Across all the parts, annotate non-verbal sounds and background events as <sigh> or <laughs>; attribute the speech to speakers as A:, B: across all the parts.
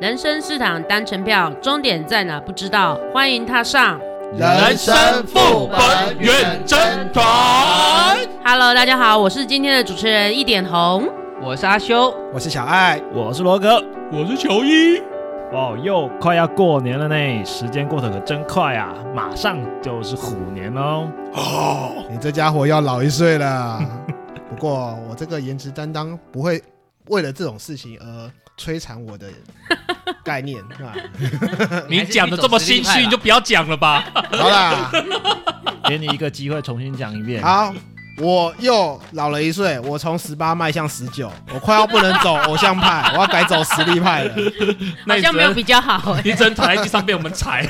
A: 人生是场单程票，终点在哪不知道，欢迎踏上。
B: 人生副本远征团。
A: Hello，大家好，我是今天的主持人一点红。
C: 我是阿修，
D: 我是小爱，
E: 我是罗哥。
B: 我是球衣，
E: 哇，又快要过年了呢，时间过得可真快啊！马上就是虎年
B: 哦
E: 喽。
D: 你这家伙要老一岁了。 <laughs> 不过我这个颜值担当不会为了这种事情而摧残我的概念
B: <laughs>
D: 啊。
B: 你讲的这么心虚，你就不要讲了吧。
D: 好啦，
E: 给你一个机会重新讲一遍。
D: 好，我又老了一岁，我从十八迈向十九，我快要不能走偶像派，我要改走实力派
B: <laughs>
D: 了。
B: 那
A: 好
B: 你
A: 像
B: 只
A: 没有
B: 能
A: 比较好、
B: <laughs>
A: 欸，
B: 你只能躺在地上被我们踩。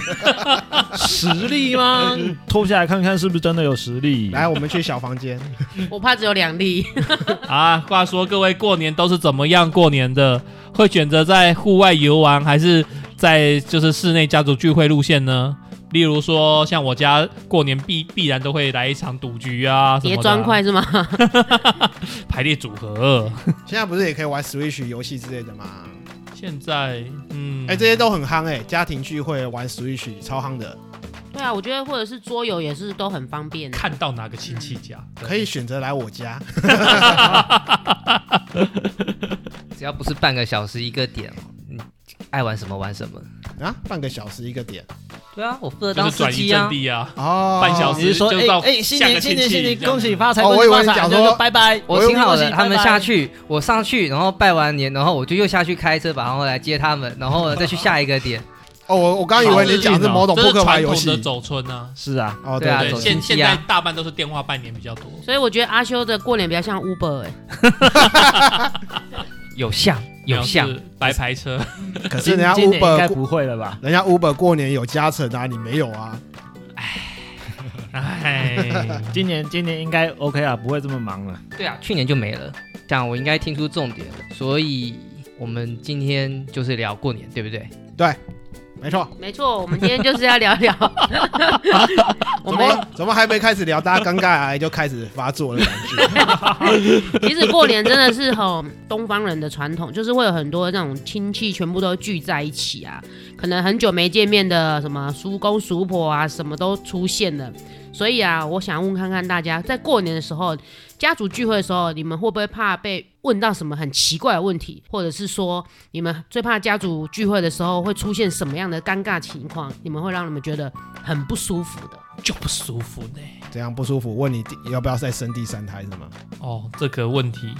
E: 实力吗？脱下来看看是不是真的有实力。
D: 来，我们去小房间。
A: 我怕只有两例。
B: 啊，话说各位过年都是怎么样过年的？会选择在户外游玩，还是在就是室内家族聚会路线呢？例如说，像我家过年必必然都会来一场赌局啊，什
A: 叠
B: 么的啊
A: 砖块是
B: <laughs>
A: 吗？
B: 排列组合。
D: 现在不是也可以玩 Switch 游戏之类的吗？
B: 现在，嗯，
D: 哎、这些都很夯哎、家庭聚会玩 Switch 超夯的，
A: 对啊，我觉得或者是桌游也是都很方便。
B: 看到哪个亲戚家
D: 可以选择来我家。
C: 只要不是半个小时一个点哦，你爱玩什么玩什么。
D: 啊，半个小时一个点
C: 对啊，我负责
B: 就
C: 当
B: 是
C: 司
B: 转移
C: 机啊
B: 阵。地啊，
D: 哦，
B: 半小
E: 你
B: 时
E: 是说，
B: 就到
E: 哎哎，新
B: 下个
E: 年
B: 亲
E: 新
B: 戚
E: 年新年，
B: 这样
E: 恭喜发财，
D: 哦
E: 恭
D: 我以
E: 喜
D: 为
E: 发
D: 你
E: 财，
D: 讲
E: 那
D: 说
E: 就拜拜。
C: 我
E: 又
C: 听好
E: 恭
C: 了，
E: 喜
C: 他们
E: 拜拜
C: 下去，我上去，然后拜完年，然后我就又下去开车把他们来接他们，然后呢再去下一个点。 <laughs>
D: 哦，我我刚以为你讲的是某种
B: 这
D: 扑
B: 是
D: 克牌
B: 传
D: 游
B: 统
D: 戏
B: 的。走村啊。
E: 是啊，
D: 哦，
C: 对啊
D: 对
C: 走
B: 对，现
C: 亲
B: 现
C: 戚啊
B: 在大半都是电话拜年比较多。
A: 所以我觉得阿修的过年比较像 Uber 哎、
C: 有像有像
B: 没，是白牌车，
D: 可是
E: 今
D: 人家
E: 今年应该
D: Uber
E: 不会了吧？
D: 人家 Uber 过年有加成啊，你没有啊？
B: 哎，
E: 今年今年应该 OK 啊，不会这么忙了。
C: 对啊，去年就没了。这样我应该听出重点了，所以我们今天就是聊过年，对
B: <laughs>
C: 不对？
D: 没错，
A: 没错，我们今天就是要聊
B: <laughs>
A: 聊我
D: 怎
A: 们
D: 么怎么还没开始聊，大家尴尬癌就开始发作了感觉。
A: <laughs> 其实过年真的是吼东方人的传统，就是会有很多那种亲戚全部都聚在一起啊，可能很久没见面的什么叔公叔婆啊，什么都出现了。所以啊，我想问看看大家，在过年的时候，家族聚会的时候，你们会不会怕被问到什么很奇怪的问题，或者是说你们最怕家族聚会的时候会出现什么样的尴尬情况？你们会让你们觉得很不舒服的？
B: 就不舒服呢。
D: 怎样不舒服？问你要不要再生第三胎是吗？
B: 哦，这个问题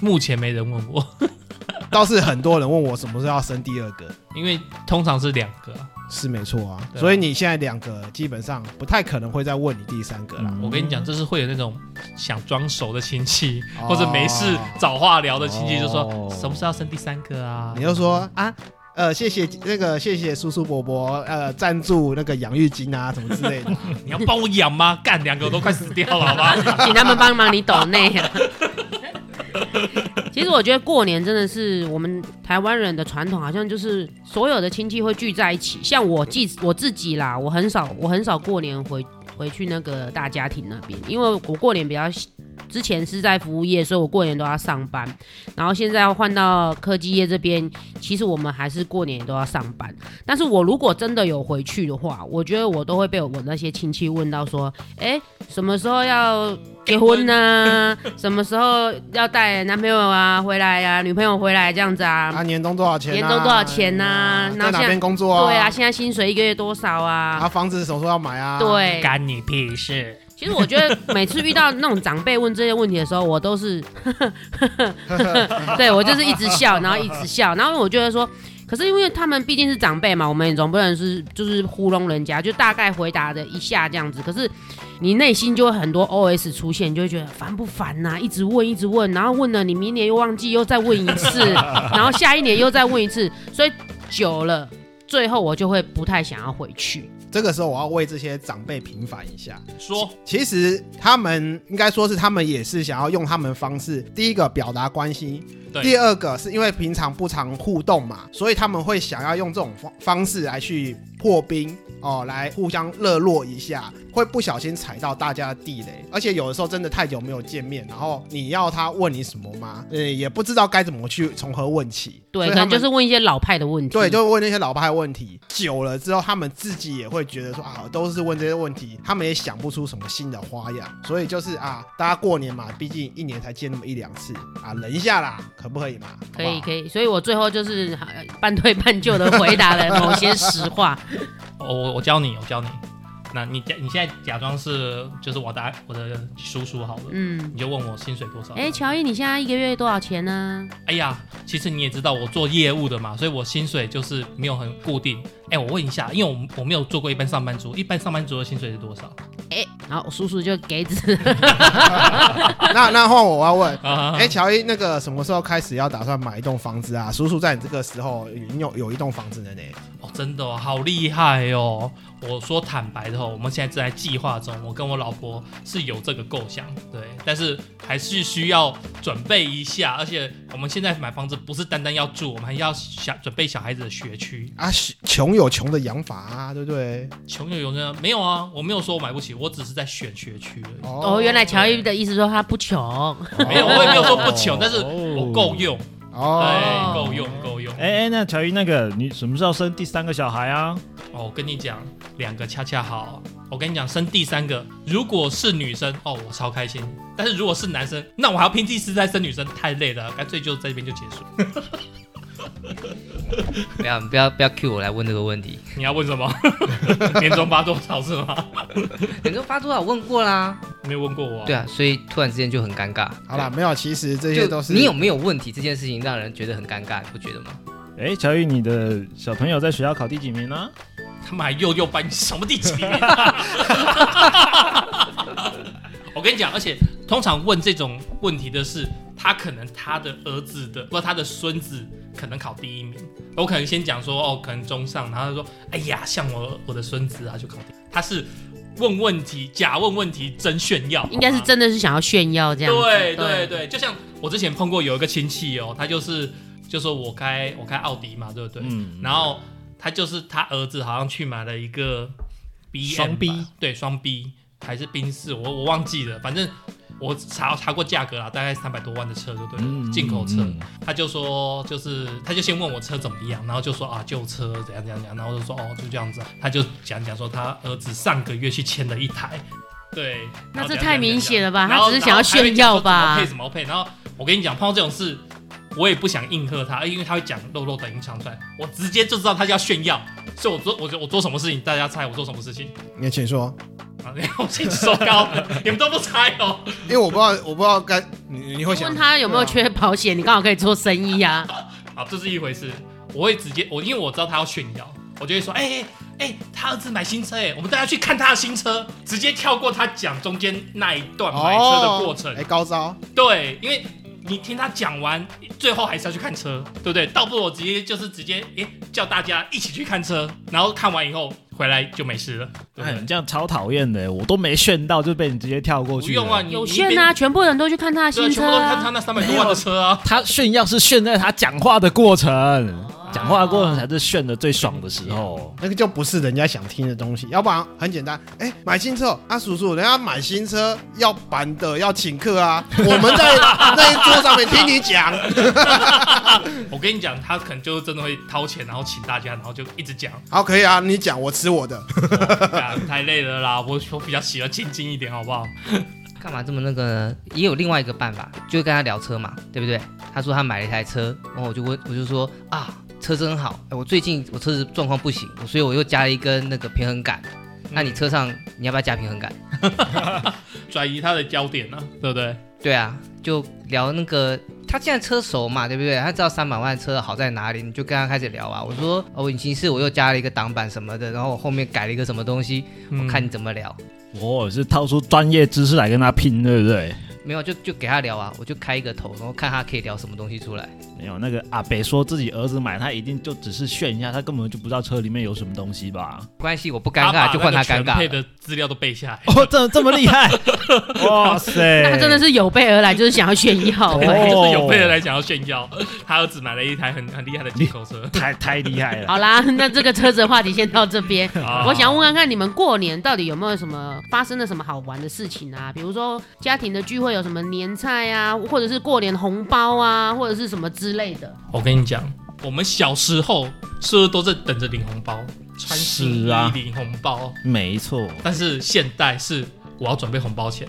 B: 目前没人问我， <laughs>
D: 倒是很多人问我什么时候要生第二个，
B: 因为通常是两个啊。
D: 是没错啊。
B: 对啊
D: 所以你现在两个基本上不太可能会再问你第三个啦。
E: 嗯
B: 我跟你讲，就是会有那种想装熟的亲戚，
D: 哦
B: 或者没事找话聊的亲戚，就说
E: 哦
B: 什么时候要生第三个啊？
D: 你就说啊。呃，谢谢那个谢谢叔叔伯伯，呃，赞助那个养育金啊，什么之类的。
B: 你要帮我养吗？ <laughs> 干，两个我都快死掉了，
D: <laughs>
B: 好吧？
A: 请他们帮忙你抖内啊。 <laughs> 其实我觉得过年真的是我们台湾人的传统，好像就是所有的亲戚会聚在一起。像我自我自己啦，我很少我很少过年回回去那个大家庭那边，因为我过年比较之前是在服务业，所以我过年都要上班。然后现在要换到科技业这边，其实我们还是过年也都要上班。但是我如果真的有回去的话，我觉得我都会被我那些亲戚问到说，哎、什么时候要结婚呐、什么时候要带男朋友啊回来呀、女朋友回来这样子 <laughs> 啊？
D: 啊，年终多少钱、啊？
A: 年终多少钱啊然
D: 在
A: 后
D: 哪
A: 现在
D: 边工作啊？
A: 对啊，现在薪水一个月多少
D: 啊，
A: 啊？
D: 房子什么时候要买啊？，
A: 对，
B: 干你屁事！
A: 其实我觉得每次遇到那种长辈问这些问题的时候，我都是 <laughs> 对我就是一直笑，然后一直笑，然后我觉得说，可是因为他们毕竟是长辈嘛，我们也总不能是就是糊弄人家，就大概回答的一下这样子。可是你内心就会很多 OS 出现，你就会觉得烦不烦呐、一直问一直问，然后问了你明年又忘记，又再问一次，然后下一年又再问一次，所以久了，最后我就会不太想要回去。
D: <laughs> 这个时候我要为这些长辈平反一下。
B: 说
D: 其实他们应该说是他们也是想要用他们方式，第一个表达关心，
B: 对
D: 第二个是因为平常不常互动嘛，所以他们会想要用这种方方式来去破冰，哦，来互相热络一下，会不小心踩到大家的地雷。而且有的时候真的太久没有见面，然后你要他问你什么吗？呃，也不知道该怎么去从何问起。
A: 对，
D: 所以
A: 可
D: 他
A: 能
D: 们
A: 就是问一些老派的问题。<laughs>
D: 对，就问那些老派问题，久了之后，他们自己也会觉得说啊，都是问这些问题，他们也想不出什么新的花样，所以就是啊，大家过年嘛，毕竟一年才见那么一两次啊，忍一下啦，可不可以嘛？
A: 可以可
D: 以。
A: 以，所以我最后就是呃半推半就的回答了某些实话。
B: 我哦我我教你，我教你。那你假你现在假装是就是我的我的叔叔好了，
A: 嗯，
B: 你就问我薪水多少。
A: 哎，乔伊，你现在一个月多少钱呢？
B: 哎呀，其实你也知道我做业务的嘛，所以我薪水就是没有很固定。哎，我问一下，因为我我没有做过一般上班族，一般上班族的薪水是多少？
A: 哎，然后我叔叔就给 <laughs> 子，
D: 那那换我
A: <laughs>
D: 要问，
A: 嗯
B: 啊、
D: 哎，乔伊，那个什么时候开始要打算买一栋房子啊？叔叔在你这个时候已经有有一栋房子了呢。
B: 哦，真的、哦、好厉害哦！我说坦白的哦，我们现在正在计划中，我跟我老婆是有这个构想，对，但是还是需要准备一下，而且我们现在买房子不是单单要住，我们还要想准备小孩子的学区。
D: 啊，穷有穷的养法啊，对不对？
B: 穷有有呢？没有啊，我没有说我买不起，我只是在选学区而已。
A: 哦，原来乔伊的意思说他不穷， <laughs>
B: <laughs> 没有，我也没有说不穷，但是
E: 我
B: 我够。用，
D: 哦
B: 对，，够用，够用。
E: 哎哎，那乔伊，那个你什么时候生第三个小孩啊？
B: 哦，我跟你讲，两个恰恰好。我跟你讲，生第三个，如果是女生，哦，我超开心；但是如果是男生，那我还要拼第四再生女生，太累了，干脆就在这边就结束。
C: 不要不要不要 Q 我来问这个问题。
B: <laughs> 你要问什么？年终发多少是吗？
C: 你说发多少问过啦？
B: 没有问过我、
C: 对，啊，所以突然之间就很尴尬。
D: 好啦，没有，其实这
C: 对，
D: 些
C: 就
D: 都是
C: 你有没有问题这件事情让人觉得很尴尬，你不觉得吗？
E: 哎，乔伊，你的小朋友在学校考第几名啊呢？
B: 他们还幼幼班，你什么第几名？ <laughs> 我跟你讲，而且通常问这种问题的是，他可能他的儿子的，不，他的孙子可能考第一名。我可能先讲说，哦，可能中上，然后他说，哎呀，像我我的孙子啊，就考第一。他是问问题，假问问题，真炫耀，
A: 应该是真的是想要炫耀这样子。
B: 对对对，就像我之前碰过有一个亲戚哦，他就是就说我开我开奥迪嘛，对不对？
E: 嗯，
B: 然后他就是他儿子好像去买了一个 B
E: 双 B
B: 对双 B 还是宾士，我我忘记了，反正我查查过价格啦，大概三百多万的车就对了，
E: 嗯
B: 进口车。
E: 嗯
B: 他就说就是他就先问我车怎么样，然后就说啊旧车怎样怎样怎样，然后我就说哦就这样子啊，他就讲讲说他儿子上个月去签了一台。 <laughs> 对，
A: 那
B: 然后
A: 这太
B: 怎样怎样
A: 明
B: 怎
A: 显
B: 样
A: 了吧
B: 然
A: 他
B: 后
A: 只是
B: 然
A: 想
B: 后
A: 要
B: 还会
A: 炫
B: 讲
A: 耀
B: 说
A: 吧
B: 怎么配怎么配。然后我跟你讲，碰到这种事，我也不想应和他，因为他会讲肉肉等于长串，我直接就知道他就要炫耀，所以我做我就我做什么事情，大家猜我做什么事情
D: 你请说，
B: 啊？ <laughs> 然后我兴致收高，你们都不猜哦。
D: 因为我不知道，我不知道该你你会想
A: 问他有没有
B: 啊
A: 缺保险，你刚好可以做生意啊。
B: 好，这是一回事，我会直接我因为我知道他要炫耀，我就会说，哎、哎哎、他儿子买新车哎、我们大家去看他的新车，直接跳过他讲中间那一段买车的过
E: 哦
B: 程。
D: 哎、高招，
B: 对，因为你听他讲完，最后还是要去看车，对不对？倒不如我直接就是直接诶、叫大家一起去看车，然后看完以后回来就没事了，对不
E: 哎，你
B: 对？
E: 这样超讨厌的，我都没炫到就被你直接跳过
B: 不
E: 去。
B: 用啊，，你
A: 有
B: 你
A: 炫
B: 一
A: 啊，
B: 边，
A: 全部人都去看他的
B: 对啊，
A: 新
B: 全
A: 车
B: 部都看他
A: 啊。
B: 那三百多万的
E: <laughs>
B: 车啊。
E: 他炫耀是炫在他讲话的过程，讲话的过程才是炫的最爽的时候。
D: 那个就不是人家想听的东西，要不然很简单，哎、买新车哦，啊叔叔，人家买新车要板的，要请客啊，我们在那一桌上面听你讲，
B: <laughs> 我跟你讲，他可能就是真的会掏钱，然后请大家，然后就一直讲，
D: 好，可以啊，你讲，我吃我的，
B: 啊太累了啦，我我比较喜欢清静一点，好不好？
C: 干嘛这么那个呢？也有另外一个办法，就跟他聊车嘛，对不对？他说他买了一台车，然后我就问，我就说啊，车真好。哎，我最近我车子状况不行，所以我又加了一根那个平衡杆。那你车上你要不要加平衡杆？
B: 转移他的焦点呢、啊，对不对？
C: 对啊，就聊那个他现在车熟嘛，对不对？他知道三百万的车的好在哪里，你就跟他开始聊啊。我说哦，引擎室我又加了一个挡板什么的，然后我后面改了一个什么东西，
B: 嗯
C: 看你怎么聊。
E: 我是掏出专业知识来跟他拼，对不对？
C: 没有，就就给他聊啊，我就开一个头，然后看他可以聊什么东西出来。
E: 没有，那个阿北说自己儿子买，他一定就只是炫一下，他根本就不知道车里面有什么东西吧？
C: 关系我不尴尬，就换他
B: 他把那
C: 尴
B: 个全配
C: 尬了。
B: 的资料都背下来。
E: 哦，这这么厉害，哇塞！
A: 那他真的是有备而来，就是想要炫耀啊
E: 哦。
B: 对 <laughs> 就是有备而来想要炫耀， <laughs> 他儿子买了一台很很厉害的进口车。
E: 太太厉害了。
A: 好啦，那这个车子的话题先到这边。
B: 啊
A: 我想问看看你们过年到底有没有什么发生了什么好玩的事情啊？比如说家庭的聚会有什么年菜啊，或者是过年红包啊，或者是什么之类的。
B: 我跟你讲，我们小时候是不是都在等着领红包，穿新
E: 是啊
B: 衣领红包？
E: 没错，
B: 但是现代是我要准备红包钱，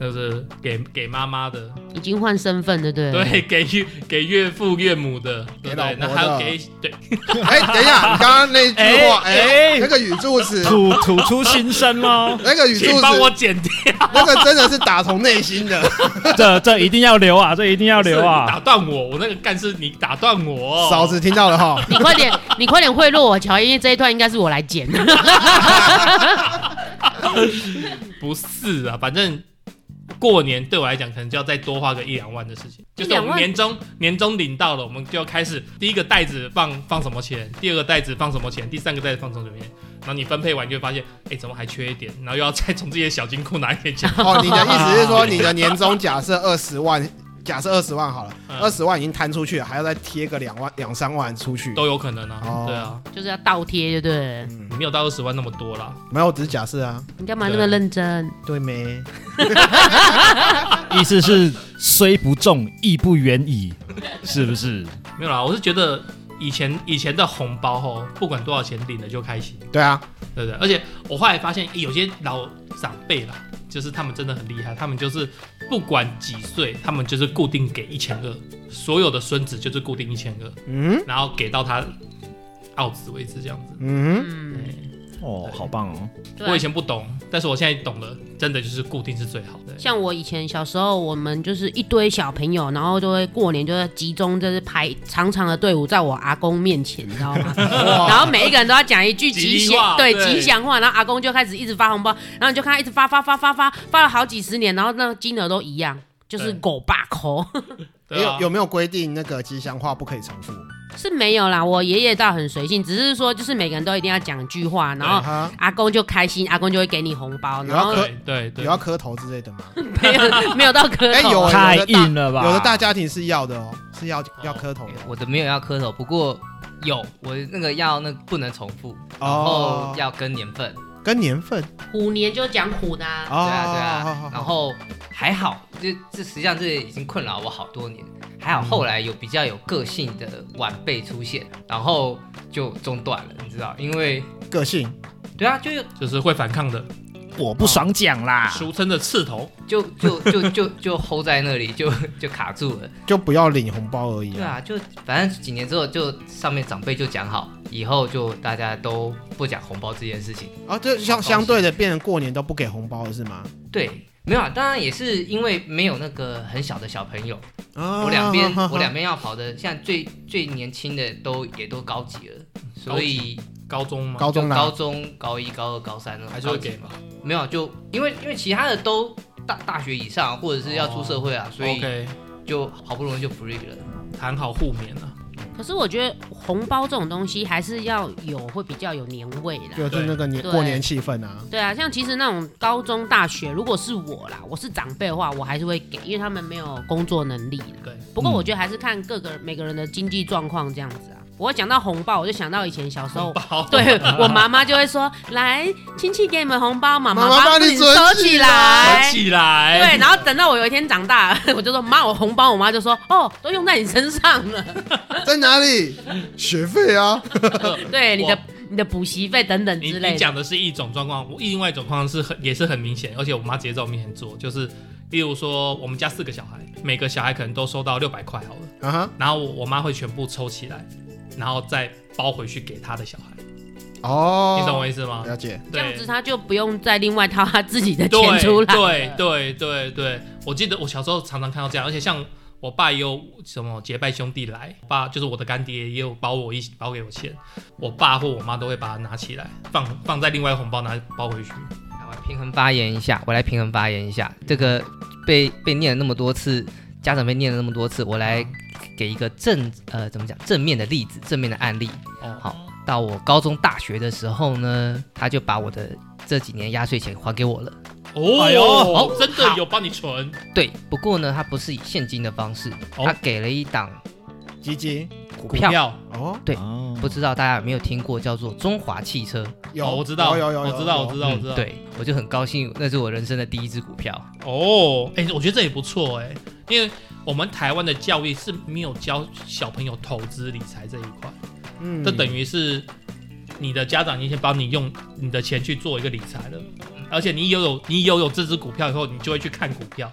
B: 就是给给妈妈的，
A: 已经换身份了，对不
B: 对，给岳给岳父岳母的，
D: 给
B: 对不
D: 老婆
B: 对？那
D: 的
B: 还有给对
D: 哎，等一下，你刚刚那句话，
E: 哎
D: 哎
E: 哎，
D: 那个语助
E: <laughs>
D: 词，！
E: 吐吐出心声喽
D: 那个语助
B: 请帮我
D: 词，
B: 剪掉，
D: 那个真的是打从内心的。
E: 这这一定要留啊，这一定要留
B: 是你
E: 啊！
B: 打断我，我那个干是你打断我，
D: 嫂子听到了哈，
A: 你快点，你快点贿赂我乔，因为这一段应该是我来
B: <laughs>
A: 剪。
B: 不是啊，反正过年对我来讲，可能就要再多花个一两万的事情。就
A: 一
B: 是我
A: 两
B: 们
A: 万
B: 年终年终领到了，我们就要开始第一个袋子放放什么钱，第二个袋子放什么钱，第三个袋子放什么钱。然后你分配完就会发现，哎，怎么还缺一点？然后又要再从自己的小金库拿一
A: <laughs>
B: 点
C: <laughs>
B: 钱。
D: 哦，你的意思是说你的年终假设二十万，假设二十万好了，
B: 嗯
D: 二十万已经摊出去了，还要再贴个两万两三万出去。
B: 都有可能啊，
D: 哦
B: 对啊，
A: 就是要倒贴，对不对？
D: 嗯，
B: 你没有到二十万那么多啦。
D: 没有，我只是假设啊，
A: 你干嘛那么认真？
D: 对没？
E: <laughs> 意思是虽不中，亦不远矣，是不是？
B: 没有啦，我是觉得以前以前的红包吼，不管多少钱领了就开心，
D: <laughs> 对啊，
B: 对不对？而且我后来发现，诶有些老长辈啦，就是他们真的很厉害，他们就是不管几岁，他们就是固定给一千二，所有的孙子就是固定一千二，
D: 嗯
B: 然后给到他奥子为止这样子。
C: <laughs>
D: 嗯，
A: 嗯，
E: 哦，好棒哦！
A: 对啊
B: 我以前不懂，但是我现在懂了，真的就是固定是最好的。
D: 嗯
A: 像我以前小时候，我们就是一堆小朋友，然后就会过年就会集中，就是排长长的队伍在我阿公面前，你知道
B: <laughs>
A: 吗？
C: 啊
A: 然后每一个人都要讲一句
B: 吉
A: 吉
B: 话
A: 祥对
B: 对
A: 吉祥话，然后阿公就开始一直发红包，然后你就看他一直发发发发发发了好几十年，然后那金额都一样，就是
B: 对
A: 狗爸抠
B: 对啊
D: 有，有没有规定那个吉祥话不可以重复？
A: 是没有啦。我爷爷倒很随性，只是说就是每个人都一定要讲一句话，然后
D: 啊，
A: 阿公就开心，阿公就会给你红包，
D: 有
A: 然
D: 要
A: 后
D: 磕
B: 对对对
D: 有，要磕头之类的吗？
A: 没有没有到磕
D: 哎
A: 头
D: 有
A: 啊。
D: 哎
E: 太
D: 有的大
E: 硬了吧？
D: 有的大家庭是要的哦，是要要磕头的
C: 我的没有要磕头，不过有我那个要那个不能重复，然后
D: 哦，
C: 要跟年份，
D: 跟年份
A: 虎年就讲虎的啊、
D: 哦，
C: 对啊对
D: 好好好
C: 啊，然后还好，这这实际上这已经困扰我好多年，还好后来有比较有个性的晚辈出现，然后就中断了，你知道，因为
D: 个性
C: 对啊，就
B: 就是会反抗的，
E: 我不爽讲
C: 啊
E: 啦！
B: 俗称的刺头。
C: 就就就就 <laughs> 就 hold 在那里，就 <laughs> 就卡住了。
D: 就不要领红包而已
C: 对。啊，就反正几年之后，就上面长辈就讲好，以后就大家都不讲红包这件事情。
D: 啊，这相相对的，变成过年都不给红包了是吗？
C: 对，没有啊，当然也是因为没有那个很小的小朋友，
D: 啊，
C: 我两边
D: 好好好
C: 我两边要跑的，现在最最年轻的都也都高级了，所以
B: 高中吗？
D: 高
C: 就
D: 中啦
C: 高中、高一、高二、高三那种
B: 还是会
C: 高级
B: 给吗？
C: 没有，就因为因为其他的都大大学以上或者是要出社会
D: 哦
C: 啊，所以
B: OK，
C: 就好不容易就 free 了。
B: 谈好互勉啊。
A: 可是我觉得红包这种东西还是要有，会比较有年味啦。
D: 就是那个年
A: 对
D: 过年气氛啊。
A: 对啊，像其实那种高中、大学，如果是我啦，我是长辈的话，我还是会给，因为他们没有工作能力啦。
B: 对，
A: 不过我觉得还是看各个每个人的经济状况这样子啊。我讲到红包，我就想到以前小时候，
B: 包 <laughs>
A: 对我妈妈就会说：“来，亲戚给你们红包，妈
D: 妈妈
A: 帮
D: 帮你
A: 收
D: 存起
A: 起
D: 来
A: 来
B: 合。”起来。
A: 对，然后等到我有一天长大， <laughs> 我就说：“妈，我红包。”我妈就说：“哦，都用在你身上了。”
D: <laughs> 在哪里？学费啊，
A: 对你
B: 我
A: 的你的补习费等等
B: 你
A: 之类
B: 你
A: 的。
B: 讲的是一种状况，我另外一种状况是很也是很明显，而且我妈直接在我面前做，就是例如说我们家四个小孩，每个小孩可能都收到六百块好了，
D: 啊哈，
B: 然后我我妈会全部抽起来，然后再包回去给她的小孩，
D: 哦，
B: 你懂我意思吗？
D: 了解，
A: 这样子
B: 对。
A: 他就不用再另外掏他自己的钱出
B: 对
A: 来。
B: 对，对对对，我记得我小时候常常看到这样，而且像我爸也有什么结拜兄弟来，我爸就是我的干爹，也有包我一起包给我钱，我爸或我妈都会把它拿起来放放在另外红包拿包回去。
C: 那我来平衡发言一下，我来平衡发言一下。这个被被念了那么多次家长被念了那么多次，我来给一个正呃怎么讲正面的例子，正面的案例。
B: 哦，
C: 好到我高中大学的时候呢，他就把我的这几年压岁钱还给我了。
B: 哦，
E: 哎呦
B: 好，真的有帮你存
C: 对，不过呢，他不是以现金的方式，
B: 哦
C: 他给了一档
D: 基金
C: 股
B: 股
C: 票，
B: 票，
D: 哦，
C: 对
E: 哦
C: 不知道大家有没有听过叫做中华汽车？
D: 有
B: 哦我知道，
D: 有有有，
B: 我知道，我知
D: 道。
B: 哦道，我知道，
C: 嗯对我就很高兴，那是我人生的第一只股票。
B: 哦，哎、我觉得这也不错哎、因为我们台湾的教育是没有教小朋友投资理财这一块，
D: 嗯
B: 这等于是你的家长已经先帮你用你的钱去做一个理财了，而且你拥有你拥有这只股票以后，你就会去看股票，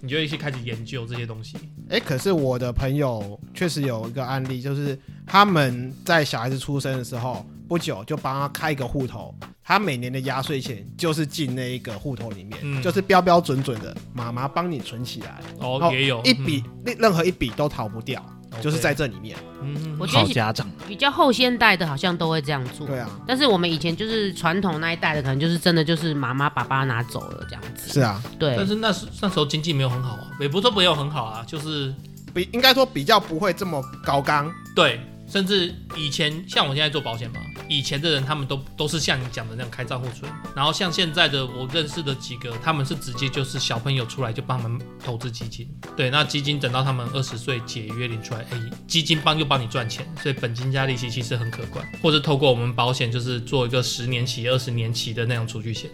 B: 你就会去开始研究这些东西。
D: 哎，可是我的朋友确实有一个案例，就是他们在小孩子出生的时候不久就帮他开一个户头，他每年的压岁钱就是进那一个户头里面，
B: 嗯
D: 就是标标准准的，妈妈帮你存起来，
B: 哦
D: 哦，
B: 也有嗯
D: 一笔、任任何一笔都逃不掉，
B: OK
D: 就是在这里面。
B: 嗯
A: 我觉
E: 好
A: 得
E: 家长，
A: 比较后现代的，好像都会这样做。
D: 对啊，
A: 但是我们以前就是传统那一代的，可能就是真的就是妈妈爸爸拿走了这样子。
D: 是啊，
A: 对
B: 但，是那时那时候经济没有很好啊，也不是说没有很好啊，就是
D: 比应该说比较不会这么高刚。
B: 对，甚至以前像我现在做保险嘛，以前的人他们都都是像你讲的那样开账户存，然后像现在的我认识的几个，他们是直接就是小朋友出来就帮他们投资基金，对，那基金等到他们二十岁解约领出来，哎，基金帮就帮你赚钱，所以本金加利息其实很可观，或者透过我们保险就是做一个十年期、二十年期的那种储蓄险。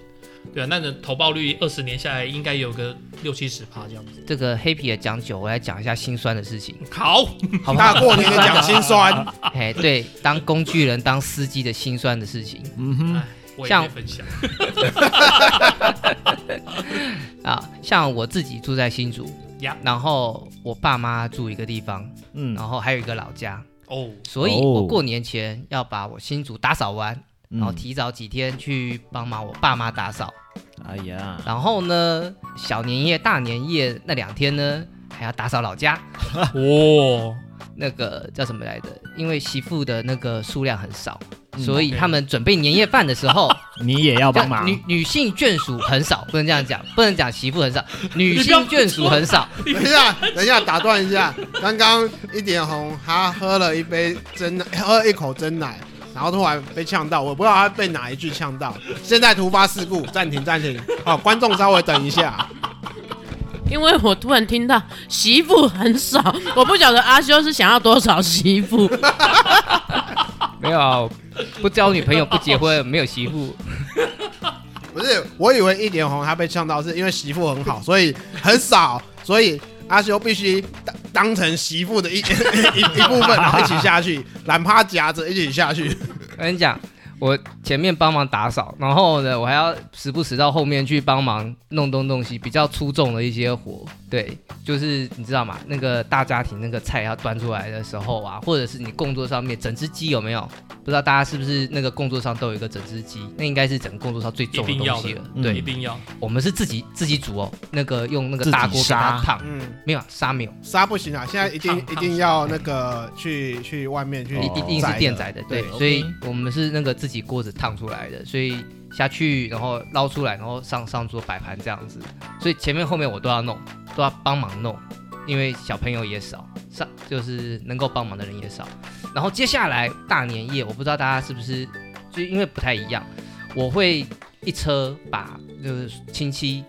B: 对啊，那个投报率二十年下来应该有个六七十趴这样子。
C: 这个黑皮的讲久，我来讲一下心酸的
B: <laughs>
C: 事情，
B: 好，
C: 好不好
D: 大？过年的讲心酸，
C: 哎，对，当工具人、当司机的心酸的事情
E: 嗯哼，
B: 哎我也
C: 像
B: 可以分享。
C: 啊，像我自己住在新竹
B: 呀
C: 然后我爸妈住一个地方，
E: 嗯
C: 然后还有一个老家，
B: 哦，
C: 所以
E: 哦
C: 我过年前要把我新竹打扫完，
E: 嗯
C: 然后提早几天去帮忙我爸妈打扫，
E: 哎呀，
C: 然后呢，小年夜、大年夜那两天呢，还要打扫老家，
B: 哦，
C: 那个叫什么来着？因为媳妇的那个数量很少，
E: 嗯
C: 所以
B: OK
C: 他们准备年夜饭的时候，
E: 你也要帮忙，
C: 女女性眷属很少，不能这样讲，不能讲媳妇很少，女
B: 你不要
C: 性眷属很少。
D: 等一下，等一下，打断一下。刚刚一点红，他喝了一杯真奶，哎喝了一口真奶，然后突然被呛到，我不知道他被哪一句呛到。现在突发事故，暂停，暂停。好，观众稍微等一下。
A: 因为我突然听到媳妇很少，我不晓得阿修是想要多少媳妇。
C: 没有，不交女朋友不结婚，没有媳妇。
D: 不是，我以为一点红他被呛到是因为媳妇很好，所以很少，所以阿修必须当当成媳妇的一 <laughs> 一一一部分，然后一起下去，懒趴夹着一起下去。
C: 我跟你讲，我前面帮忙打扫，然后呢，我还要时不时到后面去帮忙弄东弄西，比较出众的一些活。对，就是你知道吗？那个大家庭那个菜要端出来的时候啊，或者是你供桌上面整只鸡有没有？不知道大家是不是那个供桌上都有一个整只鸡？那应该是整个供桌上最重的东西了。啊
E: 一定要的
C: 对
B: 嗯一，定要。
C: 我们是自己自己煮哦，那个用那个大
E: 自
C: 锅
E: 己
C: 给
E: 杀
C: 它烫，
D: 嗯。
C: 没有杀没有，
D: 杀不行啊！现在一定
B: 烫
D: 一
B: 烫
D: 定要那个去去外面去
E: 哦
C: 一一定
D: 宰
C: 是
D: 的
C: 电宰的，对，
D: 对
C: 所以我们是那个自己锅子烫出来的，所以下去然后捞出来，然后上上桌摆盘这样子，所以前面后面我都要弄，都要帮忙弄，因为小朋友也少，上就是能够帮忙的人也少。然后接下来大年夜，我不知道大家是不是，就因为不太一样，我会一车把就是亲戚。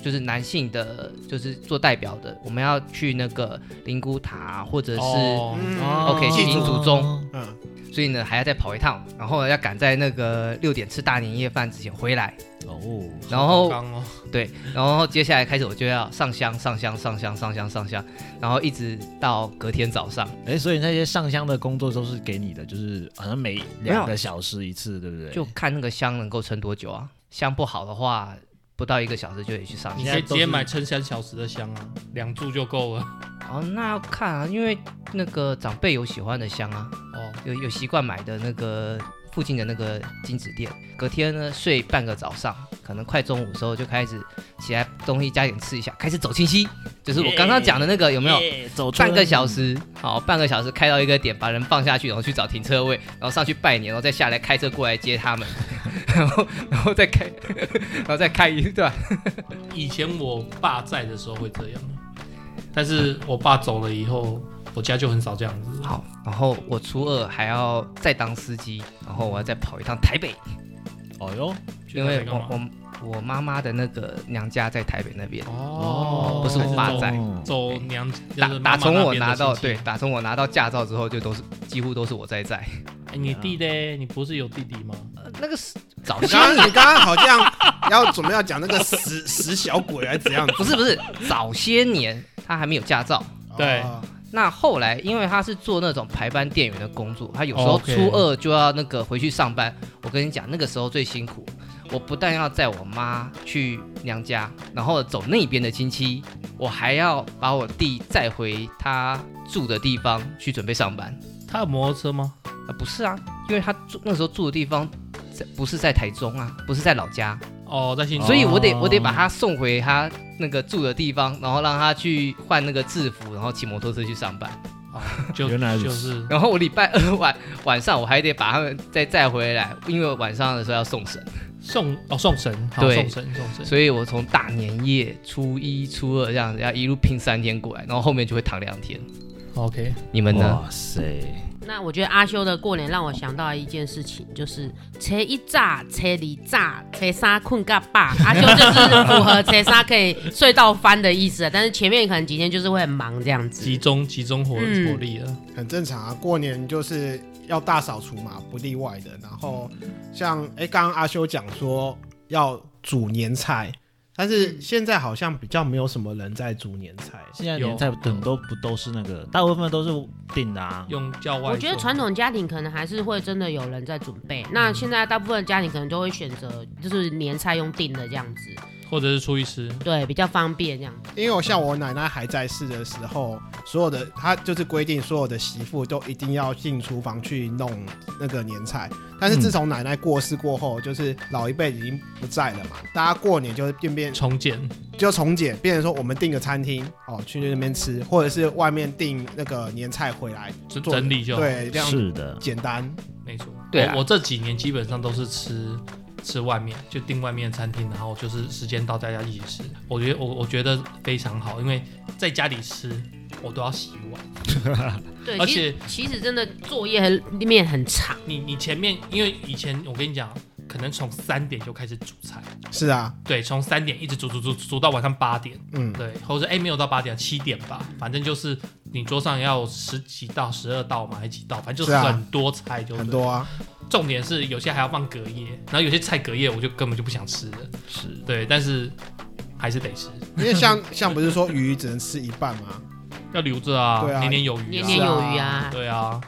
C: 就是男性的，就是做代表的，我们要去那个灵骨塔，或者是、
B: 哦
D: 嗯
E: 哦
C: OK，
D: 祭
C: 祖祖宗
D: 嗯，
C: 所以呢还要再跑一趟，然后呢要赶在那个六点吃大年夜饭之前回来，
E: 哦，
C: 然后
B: 刚哦，
C: 对，然后接下来开始我就要上香上香上香上香上香，然后一直到隔天早上，
E: 哎，所以那些上香的工作都是给你的，就是好像每两个小时一次，对不对？
C: 就看那个香能够撑多久啊，香不好的话不到一个小时就得去上
B: 你
C: 香
B: 可以直接买撑三小时的香啊，两柱就够了。
C: 哦，那要看啊，因为那个长辈有喜欢的香啊，
B: 哦，
C: 有有习惯买的那个附近的那个金纸店，隔天呢睡半个早上，可能快中午的时候就开始起来东西加点吃一下，开始走亲戚，就是我刚刚讲的那个有没有？
E: 耶走
C: 半个小
E: 时？
C: 时，好，半个小时开到一个点，把人放下去，然后去找停车位，然后上去拜年，然后再下来开车过来接他们， <laughs> 然后然后再开，然后再开一段，
B: 以前我爸在的时候会这样，但是我爸走了以后，我家就很少这样子。
C: 好，然后我初二还要再当司机，然后我要再跑一趟台北，
E: 哦哟，
C: 因为
B: 去台北干
C: 我
B: 嘛
C: 我我妈妈的那个娘家在台北那边。
B: 哦，
C: 不是我爸
B: 还走
C: 在
B: 走娘，就是妈妈
C: 打打从我
B: 那边的
C: 拿到
B: 亲戚
C: 对，，打从我拿到驾照之后，就都是几乎都是我在载。
B: 哎你弟嘞？你不是有弟弟吗？
C: 呃那个是早
D: 你
C: 期
D: 刚刚你刚刚好像要准备要讲那个死 <laughs> 死小鬼还是怎样子？
C: 不是不是早些年他还没有驾照，
B: <laughs> 对
D: 哦
C: 那后来因为他是做那种排班店员的工作，他有时候
B: 哦 OK
C: 初二就要那个回去上班。我跟你讲，那个时候最辛苦，我不但要载我妈去娘家，然后走那边的亲戚，我还要把我弟载回他住的地方去准备上班。
B: 他有摩托车吗？
C: 啊，不是啊，因为他住那时候住的地方在不是在台中啊，不是在老家，
B: 哦，在新竹
C: 所以我得我得把
B: 哦
C: 他送回他那个住的地方，然后让他去换那个制服，然后骑摩托车去上班。
B: 就
E: 原来如
B: 就
E: 此
B: 是
C: 然后我礼拜二 <laughs> 晚晚上我还得把他们再载回来，因为晚上的时候要送神，
B: 送哦送神，好
C: 对
B: 送神送神。
C: 所以我从大年夜初一、初二这样子要一路拼三天过来，然后后面就会躺两天。
B: OK，
C: 你们呢？
E: 哇塞，
A: 那我觉得阿修的过年让我想到一件事情，就是车一炸，车里炸，车三困嘎 <laughs> 爸。阿修就是符合车三可以睡到翻的意思啊，但是前面可能几天就是会很忙这样子
B: 集。中集中火
A: 嗯
B: 火力了。
D: 很正常啊，过年就是要大扫除嘛，不例外的。然后像哎，刚刚阿修讲说要煮年菜，但
B: 嗯
D: 是现在好像比较没有什么人在煮年菜。
E: 现在
B: 有
E: 年菜很多不都是那个，大部分都是订的啊。
B: 用叫外送，
A: 我觉得传统家庭可能还是会真的有人在准备，那现在大部分家庭可能就会选择就是年菜用订的这样子，
B: 或者是出去吃，
A: 对，比较方便这样子。
D: 因为我像我奶奶还在世的时候，所有的她就是规定所有的媳妇都一定要进厨房去弄那个年菜。但是自从奶奶过世过后，就是老一辈已经不在了嘛，大家过年就是变变
B: 重建
D: 就重解，变成说我们订个餐厅哦，去那边吃，或者是外面订那个年菜回来
B: 整
D: 做
B: 整理就好。
D: 对，这样
E: 是的，
D: 简单。
B: 没错。
C: 对啊
B: 我我这几年基本上都是吃吃外面，就订外面的餐厅，然后就是时间到大家一起吃。我觉得我我觉得非常好，因为在家里吃我都要洗碗，
A: 对，
B: 而
A: 其实
B: 且
A: 其实真的作业很面很长，
B: 你你前面因为以前我跟你讲，可能从三点就开始煮菜，
D: 是啊，
B: 对，从三点一直煮煮煮煮到晚上八点，
D: 嗯，
B: 对，或者哎、诶没有到八点，七点吧，反正就是你桌上要有十几道、十二道嘛，还几道，反正就是
D: 啊
B: 很多菜就对
D: 很多啊，
B: 重点是有些还要放隔夜，然后有些菜隔夜我就根本就不想吃了。
E: 是
B: 对，但是还是得吃，
D: 因为像像不是说鱼只能吃一半吗？
B: 要留着啊，
D: 对啊
B: 年年有余、啊，
A: 年年
D: 是啊
A: 有余 <laughs> 啊。
B: 对啊，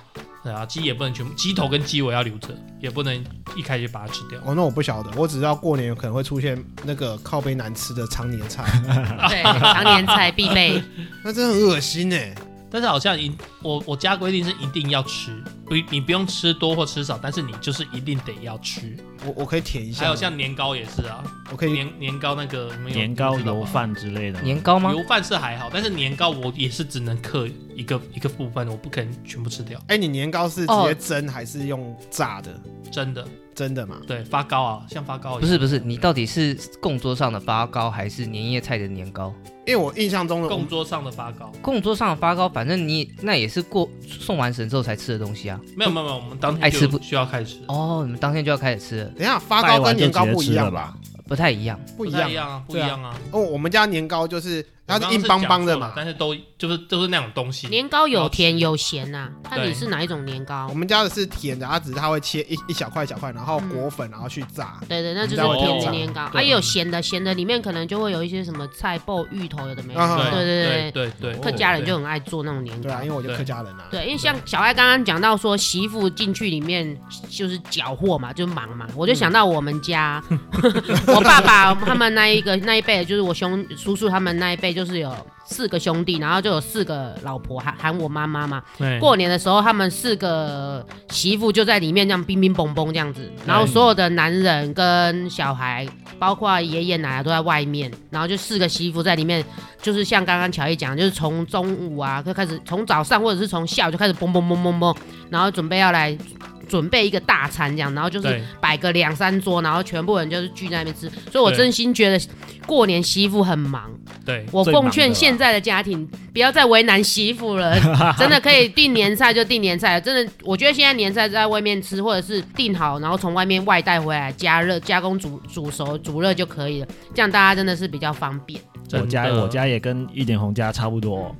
B: 对啊，鸡也不能全部，鸡头跟鸡尾要留着，也不能一开始就把它吃掉。
D: 哦，那我不晓得，我只知道过年可能会出现那个靠背难吃的常年
B: <laughs>
D: 菜，
A: 对，常年菜必备。
D: 那真的很恶心哎、
B: 但是好像一我我家规定是一定要吃，不你不用吃多或吃少，但是你就是一定得要吃。
D: 我我可以舔一下吗，
B: 还有像年糕也是啊，
D: 我可以
B: 年年糕那个你们有
E: 年糕、
B: 你知道吗
E: 油饭之类的。
C: 年糕吗？
B: 油饭是还好，但是年糕我也是只能刻一个一个部分，我不可能全部吃掉，
D: 哎、你年糕是直接
C: 哦
D: 蒸还是用炸的？
B: 真的。
D: 蒸的嘛？
B: 对，发糕啊，像发糕一样
C: 不是不是，你到底是供桌上的发糕，还是年夜菜的年糕？
D: 因为我印象中的我
B: 供
D: 们
B: 桌上的发糕，
C: 供桌上的发糕，反正你那也是过送完神之后才吃的东西啊。
B: 没有没有没有，我们当天
C: 爱
B: 就
C: 吃不
B: 需要开始，
C: 哦，你们当天就要开始吃了，
D: 等一下发糕跟年糕不一样
E: 拜完
D: 吧？
C: 不太一样。
D: 不一
B: 太
D: 样
B: 一样啊，不一
D: 对啊
B: 样啊，
D: 哦，我们家年糕就是它
B: 我刚刚
D: 是
B: 是
D: 硬邦邦的
B: 讲错了
D: 嘛，
B: 但是都就是都是那种东西，
A: 年糕有甜有咸呐、看你是哪一种年糕
D: 我。们家的是甜的，它只是它会切一一小块一小块，然
E: 嗯
D: 后裹粉，然后去炸。
A: 对对，那就是
B: 哦
A: 甜的年糕，
B: 对
A: 啊也有咸的，咸的里面可能就会有一些什么菜爆、芋头，有的没有。
D: 啊
A: 对
B: 对
A: 对
B: 对对，
A: 对，
B: 对
A: 客家人就很爱做那种年
D: 对
A: 糕
D: 啊，。因为我就
B: 对
D: 客家人啊。
A: 对，因为像小爱刚刚讲到说媳妇进去里面就是搅和嘛，就是忙嘛，我就想到我们
D: <laughs>
A: 家，我爸爸他们那一个 <laughs> 那一辈，就是我兄叔叔他们那一辈，就是有四个兄弟，然后就有四个老婆，喊喊我妈妈嘛。
B: 对
A: 过年的时候，他们四个媳妇就在里面这样冰冰蹦蹦这样子，然后所有的男人跟小孩，包括爷爷奶奶都在外面，然后就四个媳妇在里面，就是像刚刚乔伊讲，就是从中午啊就开始，从早上或者是从下午就开始蹦蹦蹦蹦蹦，然后准备要来准备一个大餐这样，然后就是
B: 对，
A: 摆个两三桌，然后全部人就是聚在那边吃。所以我
B: 对
A: 真心觉得过年媳妇很忙，
B: 对，
A: 我
E: 最忙
A: 奉
E: 的
A: 劝
E: 啦
A: 现在的家庭不要再为难媳妇
E: <laughs>
A: 了，真的可以订年菜就订年菜，真的，我觉得现在年菜在外面吃，或者是订好然后从外面外带回来加热、加工煮、煮熟、煮热就可以了，这样大家真的是比较方便。
E: 我家
B: 真的
E: 我家也跟一点红家差不多，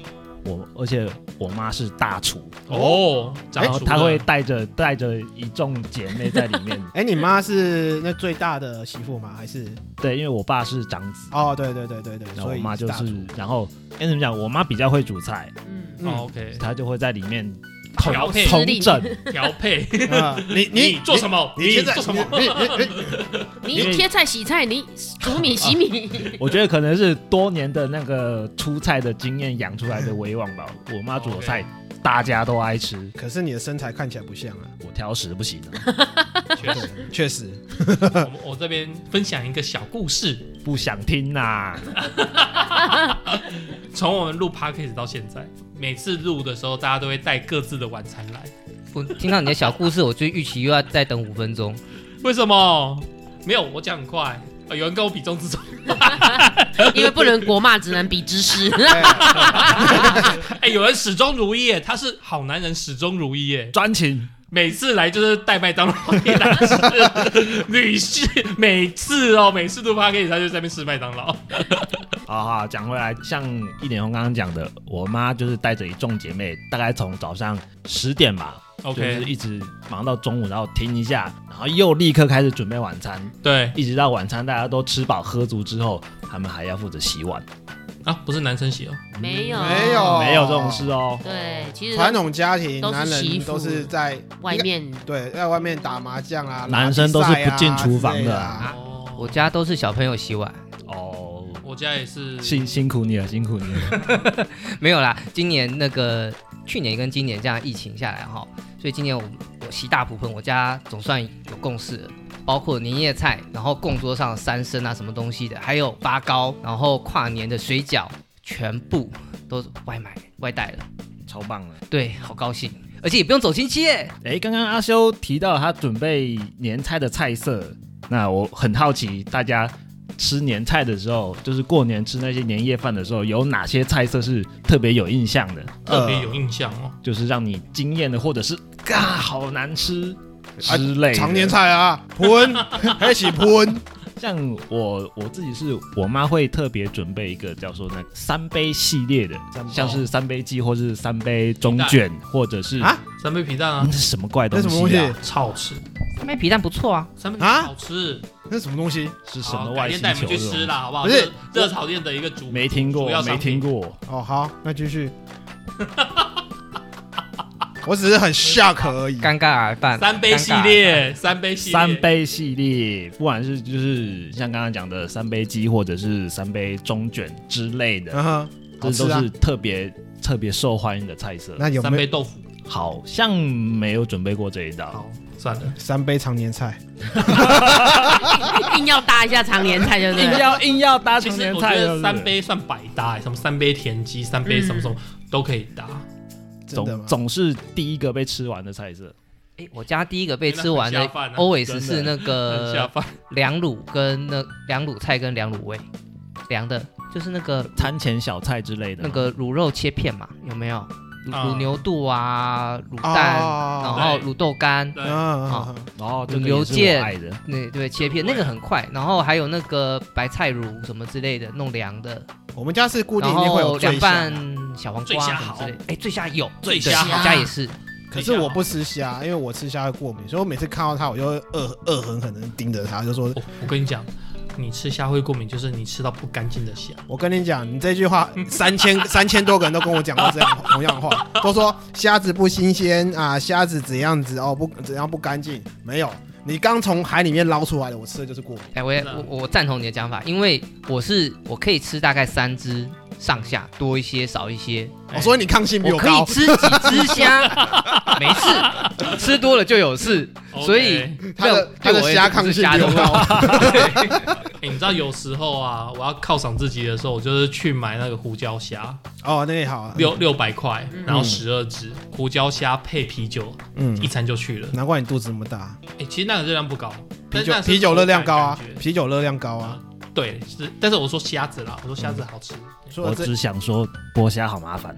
E: 我而且我妈是大厨，
B: 哦，
D: 哎
E: 然
B: 长
E: 后
B: 出
E: 她
B: 了
E: 会带着带着一众姐妹在里
D: <laughs>
E: 面。
D: 哎，你妈是那最大的媳妇吗？还是？
E: 对，因为我爸是长子，
D: 哦，对对对对对，
E: 然后
D: 所
E: 我
D: 以
E: 妈就
D: 大厨
E: 是，然后哎怎么讲，我妈比较会煮菜，
A: 嗯，
B: 哦 OK
E: 她就会在里面统
B: 调配
E: 统整。
B: 调配，
D: <laughs> 啊你
B: 你
D: 你
B: 做什么？
D: 你现在
B: 做什么？
D: 你你你
A: 你切菜、洗菜，你煮米、洗米，
E: 我觉得可能是多年的那个出菜的经验养出来的威望吧。我妈煮的菜大家都爱吃，
D: 可是你的身材看起来不像啊。
E: 我挑食不行啊，
B: 确实，
D: 确实，
B: 我我这边分享一个小故事，
E: 不想听啊呐、
B: 从我们录 podcast 到现在，每次录的时候，大家都会带各自的晚餐来，
C: 我听到你的小故事，我就预期又要再等五分钟。
B: 为什么？没有，我讲很快。啊有人跟我比中之中，
A: 因为不能国骂，只能比知
E: <laughs>
A: 识。
B: 哎，有人始终如一耶，哎他是好男人始终如一耶，
E: 专情
B: 每次来就是带麦当劳给他吃，屡试每次哦，每次录 podcast 他就在那边吃麦当劳，
E: 好好讲回来，像一点红刚刚讲的，我妈就是带着一众姐妹，大概从早上十点吧
B: OK
E: 就是一直忙到中午，然后停一下，然后又立刻开始准备晚餐，
B: 对
E: 一直到晚餐大家都吃饱喝足之后，他们还要负责洗碗，
B: 啊，不是男生洗哦，
A: 没有，
D: 没有
E: 没有这种事哦。
A: 对，其实
D: 传统家庭
A: 都是
D: 男
A: 媳
D: 人
A: 妇
D: 都是在
A: 外
D: 应该
A: 面
D: 对，在外面打麻将啊，
E: 男生都是不进厨房的
D: 啊
E: 啊
B: 哦，
C: 我家都是小朋友洗碗， <laughs>
E: 哦，
B: 我家也是
E: 辛辛苦你了，辛苦你了。
C: 没有啦。今年那个去年跟今年这样疫情下来哈，所以今年我我习大部分，我家总算有共识了。包括年夜菜，然后供桌上的三牲啊，什么东西的，还有八糕，然后跨年的水饺，全部都外买外带了。
E: 超棒了！
C: 对，好高兴，而且也不用走亲戚耶。
E: 哎，刚刚阿修提到他准备年菜的菜色，那我很好奇，大家吃年菜的时候，就是过年吃那些年夜饭的时候，有哪些菜色是特别有印象的？
B: 特别有印象哦。
E: 就是让你惊艳的，或者是嘎好难吃之类的。
D: 常啊年菜啊，喷，还起喷，
E: 像我我自己是我妈会特别准备一个叫做那个三杯系列的，像是三杯鸡，或是三杯中卷，或者是嗯
D: 啊
B: 三杯皮蛋啊
E: 那，是什么怪
D: 那
E: 东
D: 什么东
E: 西啊
D: 西？？
B: 超好吃，
C: 卖皮蛋不错啊，
B: 三杯皮
D: 啊
B: 好吃，
D: 那什么东西？啊
E: 是什么
B: 好，
E: 外
B: 哦改
E: 星
B: 天带你
E: 球
B: 们去吃
E: 这种？
B: 啦，好不好？
D: 不是
B: 热热炒店的一个主，
E: 没听过
B: 主要，
E: 没
B: 商品
E: 听过。
D: 哦，好，那继续。 <laughs> 我只是很 shock 而已。
C: 尴尬啊，饭啊
B: 三杯系列，三杯系列，
E: 三杯系列，不管是就是像刚刚讲的三杯鸡，或者是三杯中卷之类的，
D: 嗯哼，好
E: 这
D: 吃
E: 都
D: 啊
E: 是。特别特别受欢迎的菜色。
D: 那有
B: 三
D: 没
B: 杯
D: 有
B: 豆腐，
E: 好像没有准备过这一道，
B: 好，算了，
D: 三杯常年菜？
A: 硬要搭一下常年菜，
E: <laughs>
A: 对不
E: 硬
A: 对？
E: 要硬要搭
B: 其
E: 成
B: 实
E: 年
B: 我
E: 菜
B: 觉
E: 对
B: 得
E: 不
B: 三
E: 对
B: 杯算百搭，什么三杯田鸡，三杯什么什么都可以搭，
D: 真的
E: 总
D: 吗？
E: 总是第一个被吃完的菜色。
C: 哎，我家第一个被吃完的
B: 那很下饭啊
C: always
E: 真的
C: 是那
B: 很下
C: 个
B: 饭。
C: 凉卤跟那凉卤菜跟凉卤味，凉的，就是那个
E: 餐前小菜之类的吗，
C: 那个卤肉切片嘛，有没有？卤
B: 啊
C: 卤牛肚啊，卤
D: 哦
C: 蛋，然后
B: 对
C: 卤豆干，
B: 对，
D: 嗯
C: 好
D: 嗯
E: 然后
C: 牛腱
E: 爱的，
C: 那对切片那个很快，然后还有那个白菜卤什么之类的，弄凉的，
D: 我们家是固定
C: 然
D: 一定会有
C: 后
D: 醉
C: 凉拌
D: 虾，
C: 小黄
B: 醉
C: 瓜
B: 虾
C: 什么之
B: 好
C: 类的。哎，醉虾有，
B: 醉
C: 对
B: 虾
C: 我家也是，
D: 可是我不吃虾，因为我吃虾会过敏，所以我每次看到它，我就会恶恶狠狠的盯着它，就说
B: 哦我我跟你讲，你吃虾会过敏，就是你吃到不干净的虾。
D: 我跟你讲，你这句话三千三千多个人都跟我讲过这样同样的话，都说虾子不新鲜啊，虾子怎样子哦，不怎样不干净。没有，你刚从海里面捞出来的，我吃的就是过敏。
C: 哎，我也
B: 是啊
C: 我我赞同你的讲法，因为我是我可以吃大概三只上下，多一些少一些。
D: 哦所以你抗性比
C: 我可以
D: 高，
C: 吃几只虾， <laughs> 没事，吃多了就有事。
B: <laughs>
C: 所以
B: OK
D: 他的
C: 对
D: 他的
C: 我
D: 虾抗性
C: 虾
D: 比我高，
B: 欸你知道有时候啊，我要犒赏自己的时候，我就是去买那个胡椒虾，
D: 哦，那也好啊，
B: 六六百块，
A: 嗯
B: 然后十二只胡椒虾配啤酒，
D: 嗯，
B: 一餐就去了。
D: 难怪你肚子那么大，
B: 哎，其实那个热量不高，
D: 啤
B: 但
D: 酒
B: 但是
D: 啤酒热量高啊
B: 口感，感觉
D: 啤酒热量高啊，
B: 对，是，但是我说虾子啦，我说虾子好吃。
D: 所
E: 我
D: 以这
E: 只想说剥虾好麻烦，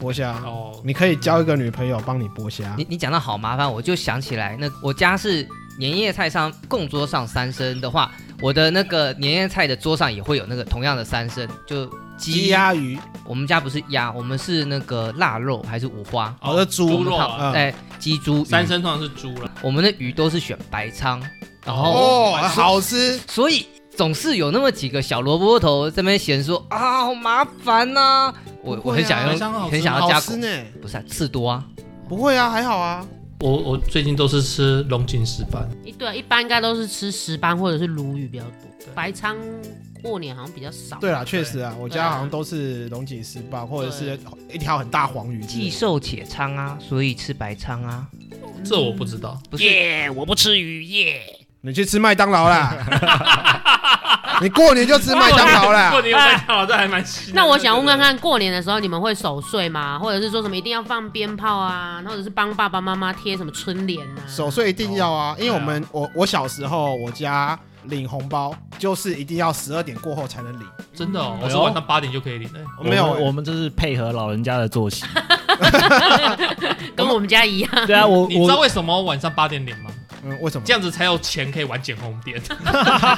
D: 剥虾，
B: 哦，
D: 嗯你可以交一个女朋友帮你剥虾
C: 你，你讲到好麻烦，我就想起来，那我家是年夜菜上供桌上三牲的话，我的那个年夜菜的桌上也会有那个同样的三牲，就
D: 鸡、鸭、鱼，
C: 我们家不是鸭，我们是那个腊肉还是五花？
D: 我的哦猪
B: 猪肉啊，
D: 嗯，
C: 哎，鸡、猪、
B: 三
C: 鱼，
B: 生通常是猪了。
C: 我们的鱼都是选白鲳，然后
D: 哦，好吃，
C: 所以总是有那么几个小萝卜头在那边嫌说啊，好麻烦呐、我
D: 不
C: 我
D: 会啊
C: 很想
B: 白鲳好
C: 用，
B: 吃
C: 很想要
D: 好
C: 加
D: 吃
C: 工，
D: 呢，
C: 不是、啊、刺多啊，
D: 不会啊，还好啊，
B: 我我最近都是吃龙井石斑，
A: 一对啊一般应该都是吃石斑或者是鲈鱼比较多，白鲳过年好像比较少。
D: 对啦，确实啊，我家好像都是龙井石斑或者是一条很大黄鱼之类
C: 既
D: 的，
C: 瘦且苍啊，所以吃白鲳啊，
B: 这我不知道。
C: 不是。
E: 耶！我不吃鱼耶！
D: 你去吃麦当劳 <laughs> 啦，你过年就吃麦当劳啦
B: <laughs>
D: <laughs>
B: 过，年麦当劳这还蛮新的。
A: 那我想问看看，过年的时候你们会守岁吗？或者是说什么一定要放鞭炮啊，或者是帮爸爸妈妈贴什么春联啊？
D: 守岁一定要啊，因为我们我我小时候我家领红包就是一定要十二点过后才能领，
B: 真的哦，
E: 哎呦
B: 我是晚上八点就可以领的。
D: 没有欸
E: 我们这是配合老人家的作息。
A: 跟我们家一样，
E: 对啊，我
B: 你知道
E: 我
B: 为什么晚上八点领吗？
D: 嗯，为什么
B: 这？样子才有钱可以玩捡红
D: <laughs>
B: 店，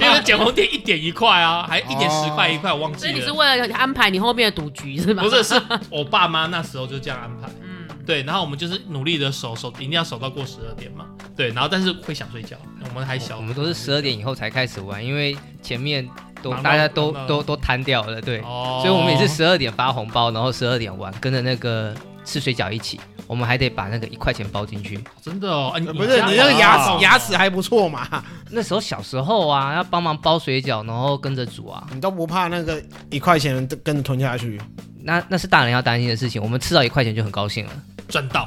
B: 因为捡红店一点一块啊，还一点十
D: 哦
B: 块一块，我忘记
A: 所以你是
B: 了。
A: 为了安排你后面的赌局是吧？
B: 不是，是我爸妈那时候就这样安排。
A: 嗯，
B: 对，然后我们就是努力的守守，一定要守到过十二点嘛。对，然后但是会想睡觉，我们还小，
C: 我们都是十二点以后才开始玩，因为前面都
B: 忙到
C: 大家都
B: 忙到
C: 都都瘫掉了，对，
B: 哦
C: 所以我们也是十二点发红包，然后十二点玩，跟着那个吃水饺一起，我们还得把那个一块钱包进去。
B: 真的哦，啊你
D: 呃不是
B: 家
D: 你那个牙
B: 哦
D: 齿牙齿还不错嘛，
C: 那时候小时候啊，要帮忙包水饺，然后跟着煮啊，
D: 你都不怕那个一块钱跟着吞下去？
C: 那那是大人要担心的事情。我们吃到一块钱就很高兴了。
B: 赚到，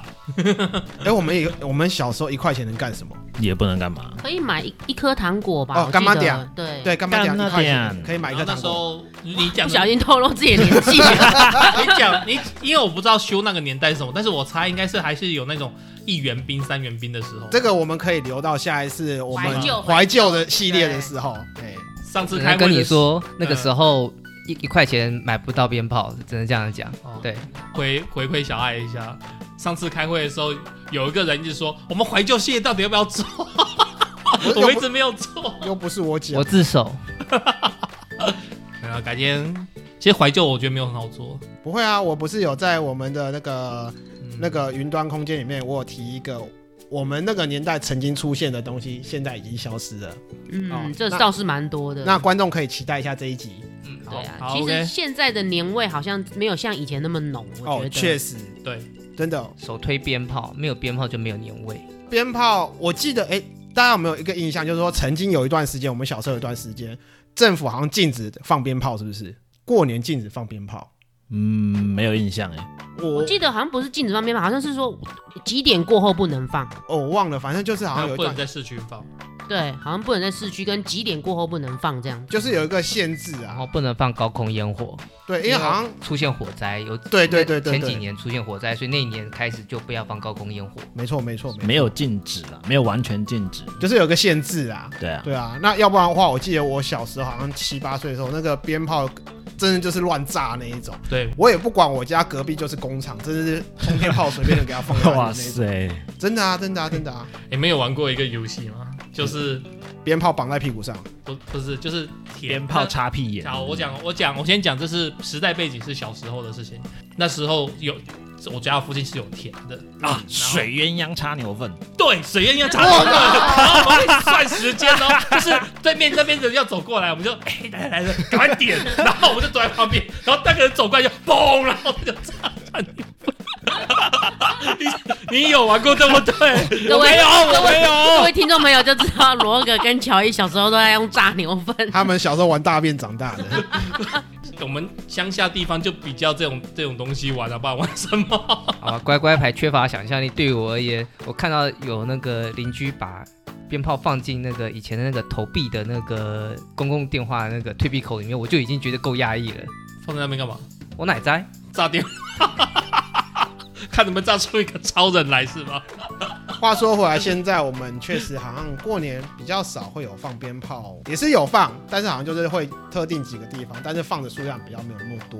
D: <laughs> 哎，我们也我们小时候一块钱能干什么？
E: 也不能干嘛。
A: 可以买一一颗糖果吧？
D: 哦
A: 我记
D: 干妈
A: 得
D: 点
A: 对，
D: 对，干嘛讲
E: 干嘛
D: 一块钱
E: 点
D: 可以买一
B: 然
D: 个糖
B: 后那时
D: 果？
B: 候你讲
C: <laughs>
A: 不
B: 的
A: 小心透露自己的年
D: <laughs>
A: 纪了。
B: 你讲你，因为我不知道修那个年代是什么，但是我猜应该是还是有那种一元兵、三元兵的时候。
D: 这个我们可以留到下一次我们
A: 怀旧
D: 怀旧的系列的时候。哎，
B: 上次
C: 只
B: 开
C: 能
B: 会的
C: 跟你说，那个
B: 嗯
C: 时候一一块钱买不到鞭炮，只能这样讲。
B: 哦
C: 对，
B: 回回馈小爱一下。上次开会的时候，有一个人一直说我们怀旧系列到底要不要做， <laughs>
D: 我
B: <laughs> 我
D: 又
B: 一
D: 不
B: 直没有做。
D: 又不是我
C: 我
D: 讲，
C: 自首，
B: 然后改天，其实怀旧我觉得没有很好做。
D: 不会啊，我不是有在我们的那个
B: 嗯
D: 那个云端空间里面，我有提一个我们那个年代曾经出现的东西，现在已经消失了。哦
A: 嗯，这
D: 那
A: 倒是蛮多的。
D: 那观众可以期待一下这一集
B: 嗯好
A: 对啊，
B: 好
A: 其实
B: OK，
A: 现在的年味好像没有像以前那么浓，我觉
D: 哦
A: 得。，
D: 确实
B: 对，
D: 真的哦
C: 首推鞭炮，没有鞭炮就没有年味。
D: 鞭炮，我记得哎、大家有没有一个印象，就是说曾经有一段时间，我们小时候有一段时间，政府好像禁止放鞭炮，是不是？过年禁止放鞭炮。
E: 嗯，没有印象哎。
A: 我
D: 我
A: 记得好像不是禁止放鞭炮，好像是说几点过后不能放。
D: 哦，我忘了，反正就是好像
B: 然后
D: 有一
B: 不
D: 段
B: 能，在市区放。
A: 对，好像不能在市区跟几点过后不能放这样。
D: 就是有一个限制
C: 然
D: 啊
C: 后。不能放高空烟火，
D: 对，因为哎好像
C: 出现火灾有
D: 对对对对
C: 前
D: 对
C: 几年出现火灾，所以那一年开始就不要放高空烟火。
D: 没错没错没错，
E: 没有禁止啦，没有完全禁止。
D: 就是有一个限制啊。
E: 对啊，
D: 对啊，那要不然的话，我记得我小时候好像七八岁的时候，那个鞭炮真的就是乱炸那一种，
B: 对，
D: 我也不管我家隔壁就是工厂，真的是冲天炮随便就给它放上去
E: <laughs> 哇
D: 那种，
E: 塞，
D: 真的啊，真的啊，真的啊，
B: 你们有玩过一个游戏吗？就是
D: 鞭炮绑在屁股上，
B: 不不是就是铁
E: 鞭炮插屁眼。嗯
B: 好，我讲，我讲，我先讲，这是时代背景是小时候的事情。那时候有，我家附近是有田的
E: 啊，
B: 然后
E: 水鸳鸯插牛粪，
B: 对，水烟要插过来，然后我们会算时间哦，就是对面那边的人要走过来，我们就哎、来来来，赶快点，然后我们就走在旁边，然后那个人走过来就嘣，然后就插上你。 <laughs> 你你有玩过对不对？
A: 各
B: 我
A: 位
B: 没有，我没
A: 各
B: 有。
A: 位听众朋友就知道，
B: <laughs>
A: 罗哥跟乔伊小时候都在用炸牛粪。
D: 他们小时候玩大便长大的，
B: 我们乡下地方就比较这种这种东西玩啊，不然玩什么？ <laughs>
C: 好吧， <laughs> 乖乖牌缺乏想象力，对于我而言，我看到有那个邻居把鞭炮放进那个以前的那个投币的那个公共电话的那个退避口里面，我就已经觉得够压抑了。
B: 放在那边干嘛？
C: 我奶摘，
B: 炸掉， <laughs> 看能不能炸出一个超人来是吗？
D: 话说回来，现在我们确实好像过年比较少会有放鞭炮，也是有放，但是好像就是会特定几个地方，但是放的数量比较没有那么多。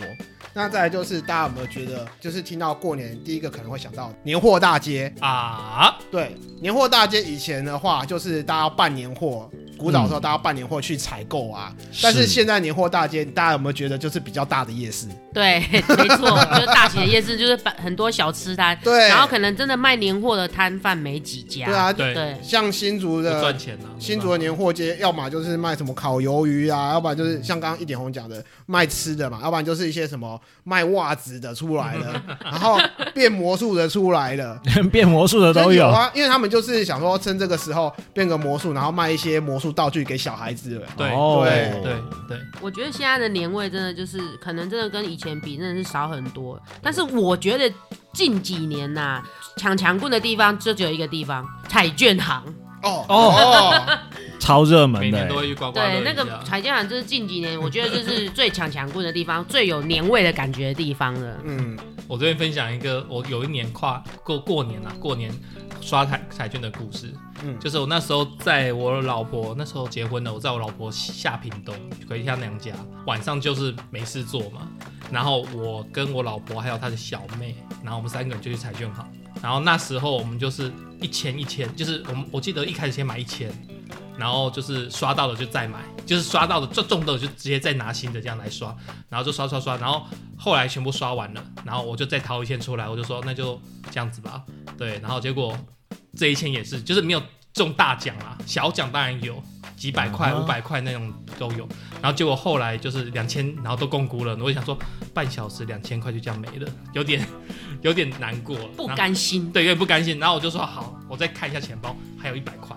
D: 那再来就是大家有没有觉得，就是听到过年第一个可能会想到年货大街？
B: 啊，
D: 对，年货大街以前的话就是大家办年货，古早的时候大家办年货去采购啊，
B: 嗯
D: 但是现在年货大街大家有没有觉得就是比较大的夜市？
A: 对，没错，就是大型的夜市，就是摆很多小吃
B: <laughs>
A: 摊，
D: 对，
A: 然后可能真的卖年货的摊贩没几家。
D: 对啊，
B: 对，
A: 对
D: 像新竹
B: 不
D: 的
B: 赚钱啊，
D: 新竹的年货街，要么就是卖什么烤鱿鱼啊，要不然就是像刚刚一点红讲的卖吃的嘛，要不然就是一些什么卖袜子的出来了，然后变魔术的出来了，
E: 变魔术的 <laughs> 都
D: 有
E: 有，
D: 啊，因为他们就是想说趁这个时候变个魔术，然后卖一些魔术道具给小孩子了。
B: 对
E: 哦
D: 对
B: 对对，
A: 我觉得现在的年味真的就是，可能真的跟以前比，真的是少很多。但是我觉得近几年呐、抢强棍的地方就只有一个地方，彩券行。
D: 哦
E: 哦
D: 哦，
E: 超热门
B: 每
E: 的
B: 年都
E: 欸，
B: 会遇刮刮乐
A: 对，
B: 一
A: 那
B: 下。
A: 个彩券行就是近几年，我 <laughs> 觉得就是最抢强棍的地方，最有年味的感觉的地方了。
D: 嗯，
B: 我这边分享一个我有一年跨过过年啊，过年刷彩彩券的故事。
D: 嗯
B: 就是我那时候在我老婆那时候结婚了，我在我老婆下屏东回她娘家，晚上就是没事做嘛，然后我跟我老婆还有她的小妹，然后我们三个人就去彩券行，然后那时候我们就是一千一千，就是我们我记得一开始先买一千，然后就是刷到了就再买，就是刷到的就中的就直接再拿新的这样来刷，然后就刷刷刷，然后后来全部刷完了，然后我就再掏一千出来，我就说那就这样子吧，对，然后结果这一千也是，就是没有中大奖啊，小奖当然有几百块、
E: 嗯
B: 五百块那种都有，然后结果后来就是两千，然后都共估了，我就想说半小时两千块就这样没了，有点 <laughs> 有点难过，
A: 不
B: 然后
A: 甘心，
B: 对，有点不甘心，然后我就说好，我再看一下钱包，还有一百块。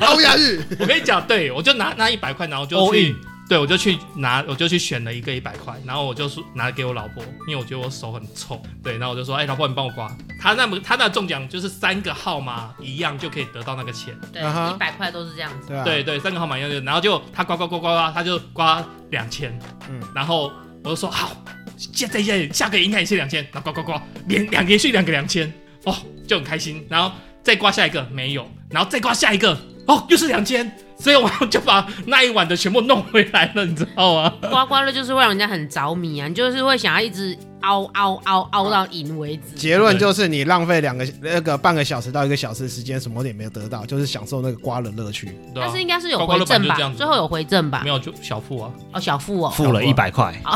D: 欧亚日，
B: 我跟你讲，对我就拿拿一百块，然后就
E: All
B: 去，对我就去拿，我就去选了一个一百块，然后我就说拿给我老婆，因为我觉得我手很臭，对，然后我就说，哎、老婆你帮我刮，他那么他那中奖就是三个号码一样就可以得到那个钱，
A: 对，
D: 啊哈
A: 一百块都是这样子。
D: 对吧？啊
B: 对对，三个号码一样就，然后就他刮刮刮刮刮，他就刮两千，
D: 嗯
B: 然后我就说好，现在现在下个应该也是两千，然后刮刮刮，连两连续两个两千，哦，就很开心。然后再刮下一个没有，然后再刮下一个，哦，又是两千，所以我们就把那一晚的全部弄回来了，你知道吗？
A: 刮刮乐就是会让人家很着迷啊，你就是会想要一直凹凹凹凹到赢为止。
D: 结论就是你浪费两个那个半个小时到一个小时时间，什么也没有得到，就是享受那个刮的乐趣。
B: 对
A: 但
B: 啊
A: 是，应该是有
B: 刮刮
A: 回
B: 乐版
A: 正
B: 就这
A: 吧
B: 样？子
A: 最后有回正吧
B: 没？有就小付啊，
A: 哦，小富哦，
E: 付了一百块，
B: 那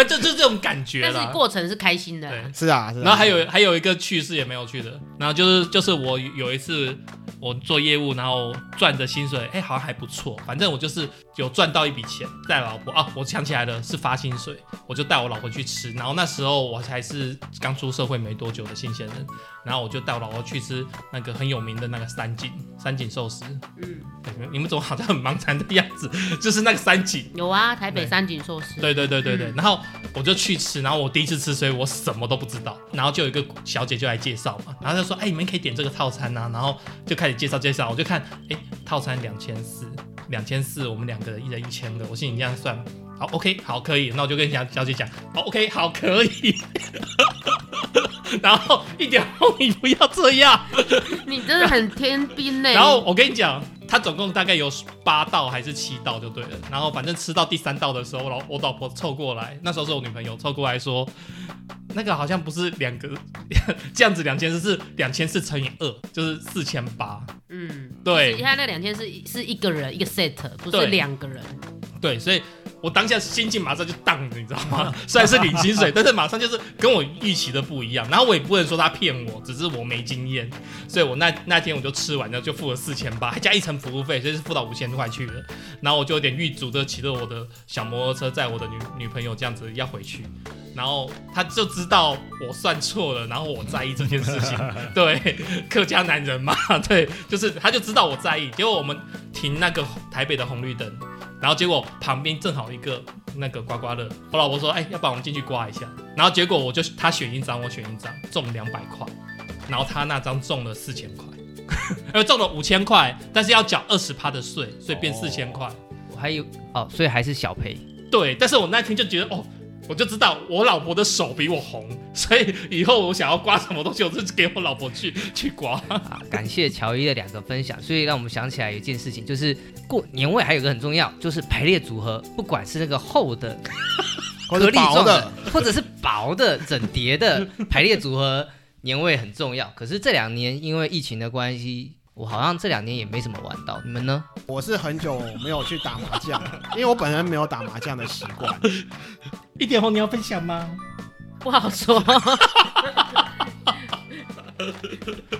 B: 呃就就这种感觉
A: 但是
B: 啦。
A: 过程是开心的
B: 啊对
A: 啊。，
D: 是啊，是啊
B: 然后还有还有一个趣事也没有趣的，然后就是就是我有一次我做业务，然后赚的薪水，哎，好像还不错，反正我就是有赚到一笔钱，带老婆啊，我想起来了，是发薪水，我就带我老婆去吃，然后那时候我才是刚出社会没多久的新鲜人，然后我就带我老婆去吃那个很有名的那个三井三井寿司，
A: 嗯，
B: 哎 <laughs> 你们你们怎么好像很茫然的样子？就是那个三井，
A: 有啊，台北
B: 对
A: 三井寿司。
B: 对对对对对，
A: 嗯
B: 然后我就去吃，然后我第一次吃，所以我什么都不知道。然后就有一个小姐就来介绍嘛，然后她说：“哎、你们可以点这个套餐啊。”然后就开始介绍介绍，我就看，哎、套餐两千四，两千四，我们两个人一人一千的，我心里这样算，好，OK，好，可以。那我就跟小小姐讲，好，OK，好，可以。 <laughs> 然后一点后你不要这样。
A: 你真的很天兵欸呢、
B: <laughs> 然后我跟你讲，他总共大概有八道还是七道就对了。然后反正吃到第三道的时候，我老我老婆凑过来，那时候是我女朋友凑过来说，那个好像不是两个 <laughs> 这样子两千四，是两千四乘以二，就是四千八。
A: 嗯，你
B: 对
A: 看那两天是是一个人一个 set，不是
B: 对
A: 两个人。
B: 对，所以。我当下心情马上就荡了，你知道吗？ <laughs> 虽然是领薪水，但是马上就是跟我预期的不一样。然后我也不能说他骗我，只是我没经验，所以我那那天我就吃完了，就付了四千八，还加一层服务费，所以是付到五千块去了。然后我就有点欲足的骑着我的小摩托车，载我的女女朋友这样子要回去，然后他就知道我算错了，然后我在意这件事情，对，客家男 <laughs> 人嘛，对，就是他就知道我在意。结果我们停那个台北的红绿灯，然后结果旁边正好一个那个刮刮乐，我老婆说，哎，要不然我们进去刮一下，然后结果我就她选一张，我选一张，中两百块，然后她那张中了四千块， <laughs> 呃，中了五千块，但是要缴二十趴的税，所以变四千块。
C: 我还有哦，所以还是小赔。
B: 对，但是我那天就觉得哦。我就知道我老婆的手比我红，所以以后我想要刮什么东西，我就给我老婆去去刮。
C: 啊，感谢乔伊的两个分享，所以让我们想起来一件事情，就是过年味还有一个很重要，就是排列组合，不管是那个厚的、
D: 或
C: 颗
D: 者
C: 粒状
D: 薄
C: 的
D: 的，，
C: <laughs> 或者是薄的、整叠的排列组合， <laughs> 年味很重要。可是这两年因为疫情的关系，我好像这两年也没什么玩到，你们呢？
D: 我是很久没有去打麻将， <laughs> 因为我本人没有打麻将的习 <laughs> 惯。
B: 一点红，你要分享吗？
A: 不好
E: <laughs>
A: 说。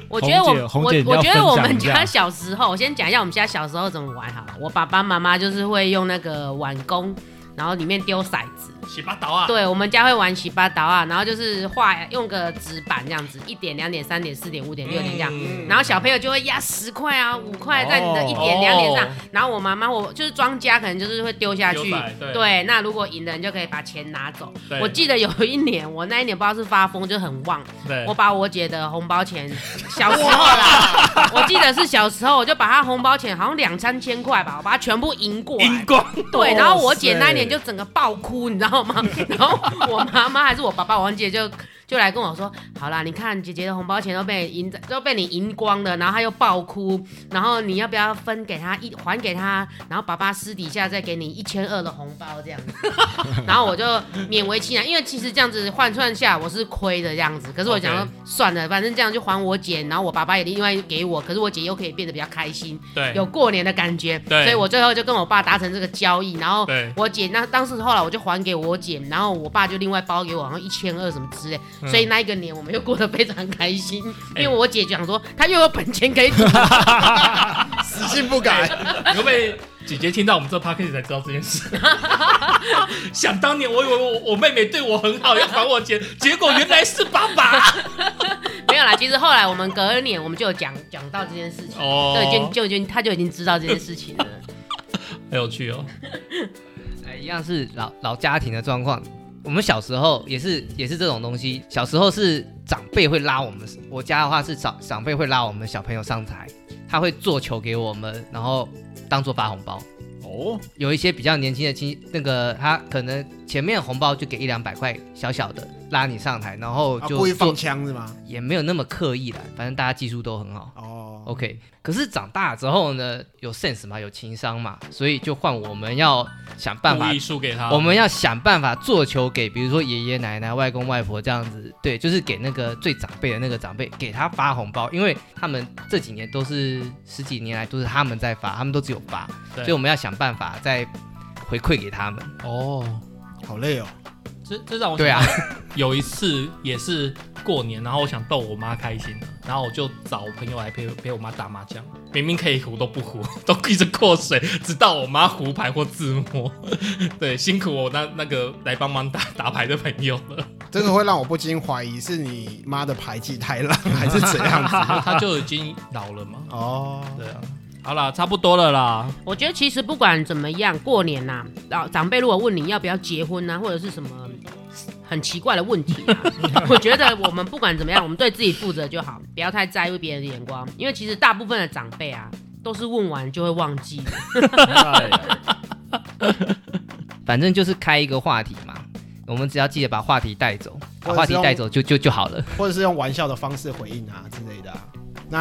A: 我觉得
E: 红姐
A: 我
E: 红
A: 我
E: 姐你
A: 我
E: 要
A: 觉得
E: 分
A: 我
E: 享
A: 们
E: 一下
A: 家小时候，我先讲一下我们家小时候怎么玩好了。我爸爸妈妈就是会用那个碗弓，然后里面丢骰子。
B: 洗八刀啊！
A: 对，我们家会玩洗八刀啊，然后就是画用个纸板这样子，一点、两点、三点、四点、五点、六点这样。
B: 嗯
A: 然后小朋友就会压十块啊、五块在你的一点、两点上
B: 哦，
A: 然后我妈妈我就是庄家，可能就是会丢下去
B: 丢骰对。
A: 对，那如果赢的人就可以把钱拿走。
B: 对
A: 我记得有一年，我那一年不知道是发疯就很旺，
B: 对
A: 嗯我把我姐的红包钱，小时候啦，我记得是小时候，我就把她红包钱好像两三千块吧，我把它全部赢过来
B: 荧。光
E: <laughs>
A: 对，然后我姐
E: 哇塞
A: 那一年就整个爆哭，你知道吗？ <laughs> 然后我妈妈还是我爸爸，我忘记了就就来跟我说，好啦，你看姐姐的红包钱都被你赢，都被你赢光了，然后她又爆哭，然后你要不要分给她一还给她？然后爸爸私底下再给你一千二的红包这样子， <laughs> 然后我就勉为其难，因为其实这样子换算下来我是亏的这样子，可是我想说
B: OK
A: 算了，反正这样就还我姐，然后我爸爸也另外给我，可是我姐又可以变得比较开心，
B: 对
A: 有过年的感觉，
B: 对
A: 所以我最后就跟我爸达成这个交易，然后
B: 对
A: 我姐那当时后来我就还给我姐，然后我爸就另外包给我，好像一千二什么之类，
B: 嗯
A: 所以那一个年我们又过得非常开心，
B: 哎
A: 因为我姐讲说她又有本钱可以赌， <laughs>
D: 死性不改。
B: 你会不会姐姐听到我们这 p a c a s t 才知道这
A: <laughs>
B: 件事？想当年，我以为我我妹妹对我很好，要还我钱，结果原来是爸爸。
A: 没有啦，其实后来我们隔年我们就有讲讲到这件事情，就已经
B: 哦，
A: 就已经她就已经知道这件事情了，
B: 很有趣哦。
C: 哎，一样是老老家庭的状况。我们小时候也是也是这种东西，小时候是长辈会拉我们，我家的话是长长辈会拉我们小朋友上台，他会做球给我们，然后当做发红包。
E: 哦，
C: 有一些比较年轻的亲，那个他可能前面红包就给一两百块，小小的拉你上台，然后
D: 啊，
C: 就
D: 故意
C: 做
D: 放枪是吗？
C: 也没有那么刻意啦，反正大家技术都很好。
D: 哦，
C: OK，可是长大之后呢，有 sense 嘛，有情商嘛，所以就换我们要想办
B: 故
C: 法
B: 意输给他，
C: 我们要想办法做球给，比如说爷爷奶奶、外公外婆这样子，对，就是给那个最长辈的那个长辈，给他发红包，因为他们这几年都是十几年来都是他们在发，他们都只有发，
B: 对
C: 所以我们要想办法再回馈给他们。
B: 哦，
D: 好累哦。
B: 这这让我
C: 对啊，
B: 有一次也是过年，然后我想逗我妈开心，然后我就找我朋友来陪陪我妈打麻将，明明可以胡都不胡， <laughs> 都一直过水，直到我妈胡牌或自摸。 <laughs> 对，辛苦我那那个来帮忙打打牌的朋友了。
D: 这个会让我不禁怀疑是你妈的牌技太烂，还是怎样子？
B: 他他就已经老了嘛。
D: <laughs> 哦，
B: 对啊，好啦，差不多了啦。
A: 我觉得其实不管怎么样，过年呐、老长辈如果问你要不要结婚呐、或者是什么很奇怪的问题、啊，我觉得我们不管怎么样，我们对自己负责就好，不要太在乎别人的眼光，因为其实大部分的长辈啊，都是问完就会忘记的。
C: 反正就是开一个话题嘛，我们只要记得把话题带走，
D: 或
C: 把
D: 者是
C: 话题
D: 用
C: 带走就就就好了。
D: 或者是用玩笑的方式回应啊之类的啊、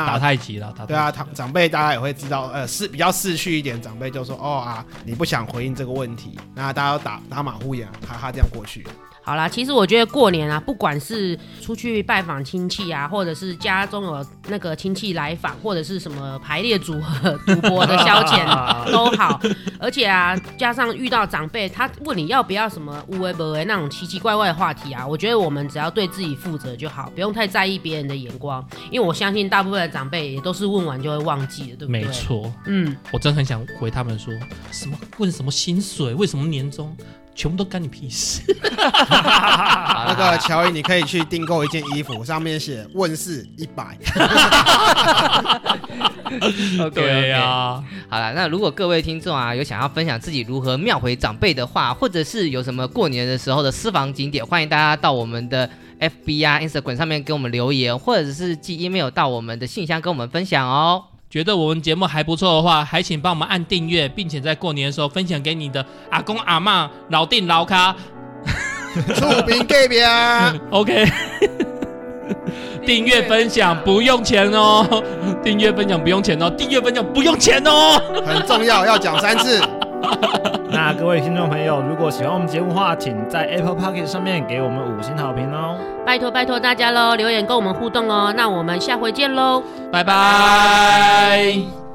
B: 打
D: 那
B: 太极了，打太极
D: 对啊，长长辈大家也会知道，呃，是比较逝去一点，长辈就说哦啊，你不想回应这个问题，那大家都打打马虎眼，哈哈这样过去。
A: 好啦，其实我觉得过年啊，不管是出去拜访亲戚啊，或者是家中有那个亲戚来访，或者是什么排列组合、赌博的消
B: <laughs>
A: 遣都好。而且啊，加上遇到长辈，他问你要不要什么无为不为那种奇奇怪怪的话题啊，我觉得我们只要对自己负责就好，不用太在意别人的眼光，因为我相信大部分的长辈也都是问完就会忘记的，对不对？
B: 没，错，
A: 嗯，
B: 我真很想回他们说什么问什么薪水，为什么年终，全部都干你屁事。
C: <laughs>
D: 那个乔伊，你可以去订购一件衣服，上面写问世一百，
C: OK，
B: 对啊呀、
C: 好了，那如果各位听众啊有想要分享自己如何庙回长辈的话，或者是有什么过年的时候的私房景点，欢迎大家到我们的 FB 啊、Instagram 上面给我们留言，或者是寄 email 到我们的信箱跟我们分享哦。
B: 觉得我们节目还不错的话，还请帮我们按订阅，并且在过年的时候分享给你的阿公阿嬷、老定老咖。
D: 出兵给别啊！
B: <laughs> OK，订阅分享不用钱哦，订阅分享不用钱哦，订阅分享不用钱哦。
D: 很重要，要讲三次。
E: 那各位听众朋友，如果喜欢我们节目的话，请在 Apple p o c k e t 上面给我们五星好评哦。
A: 拜托拜托大家喽，留言跟我们互动哦。那我们下回见喽。
B: 拜拜。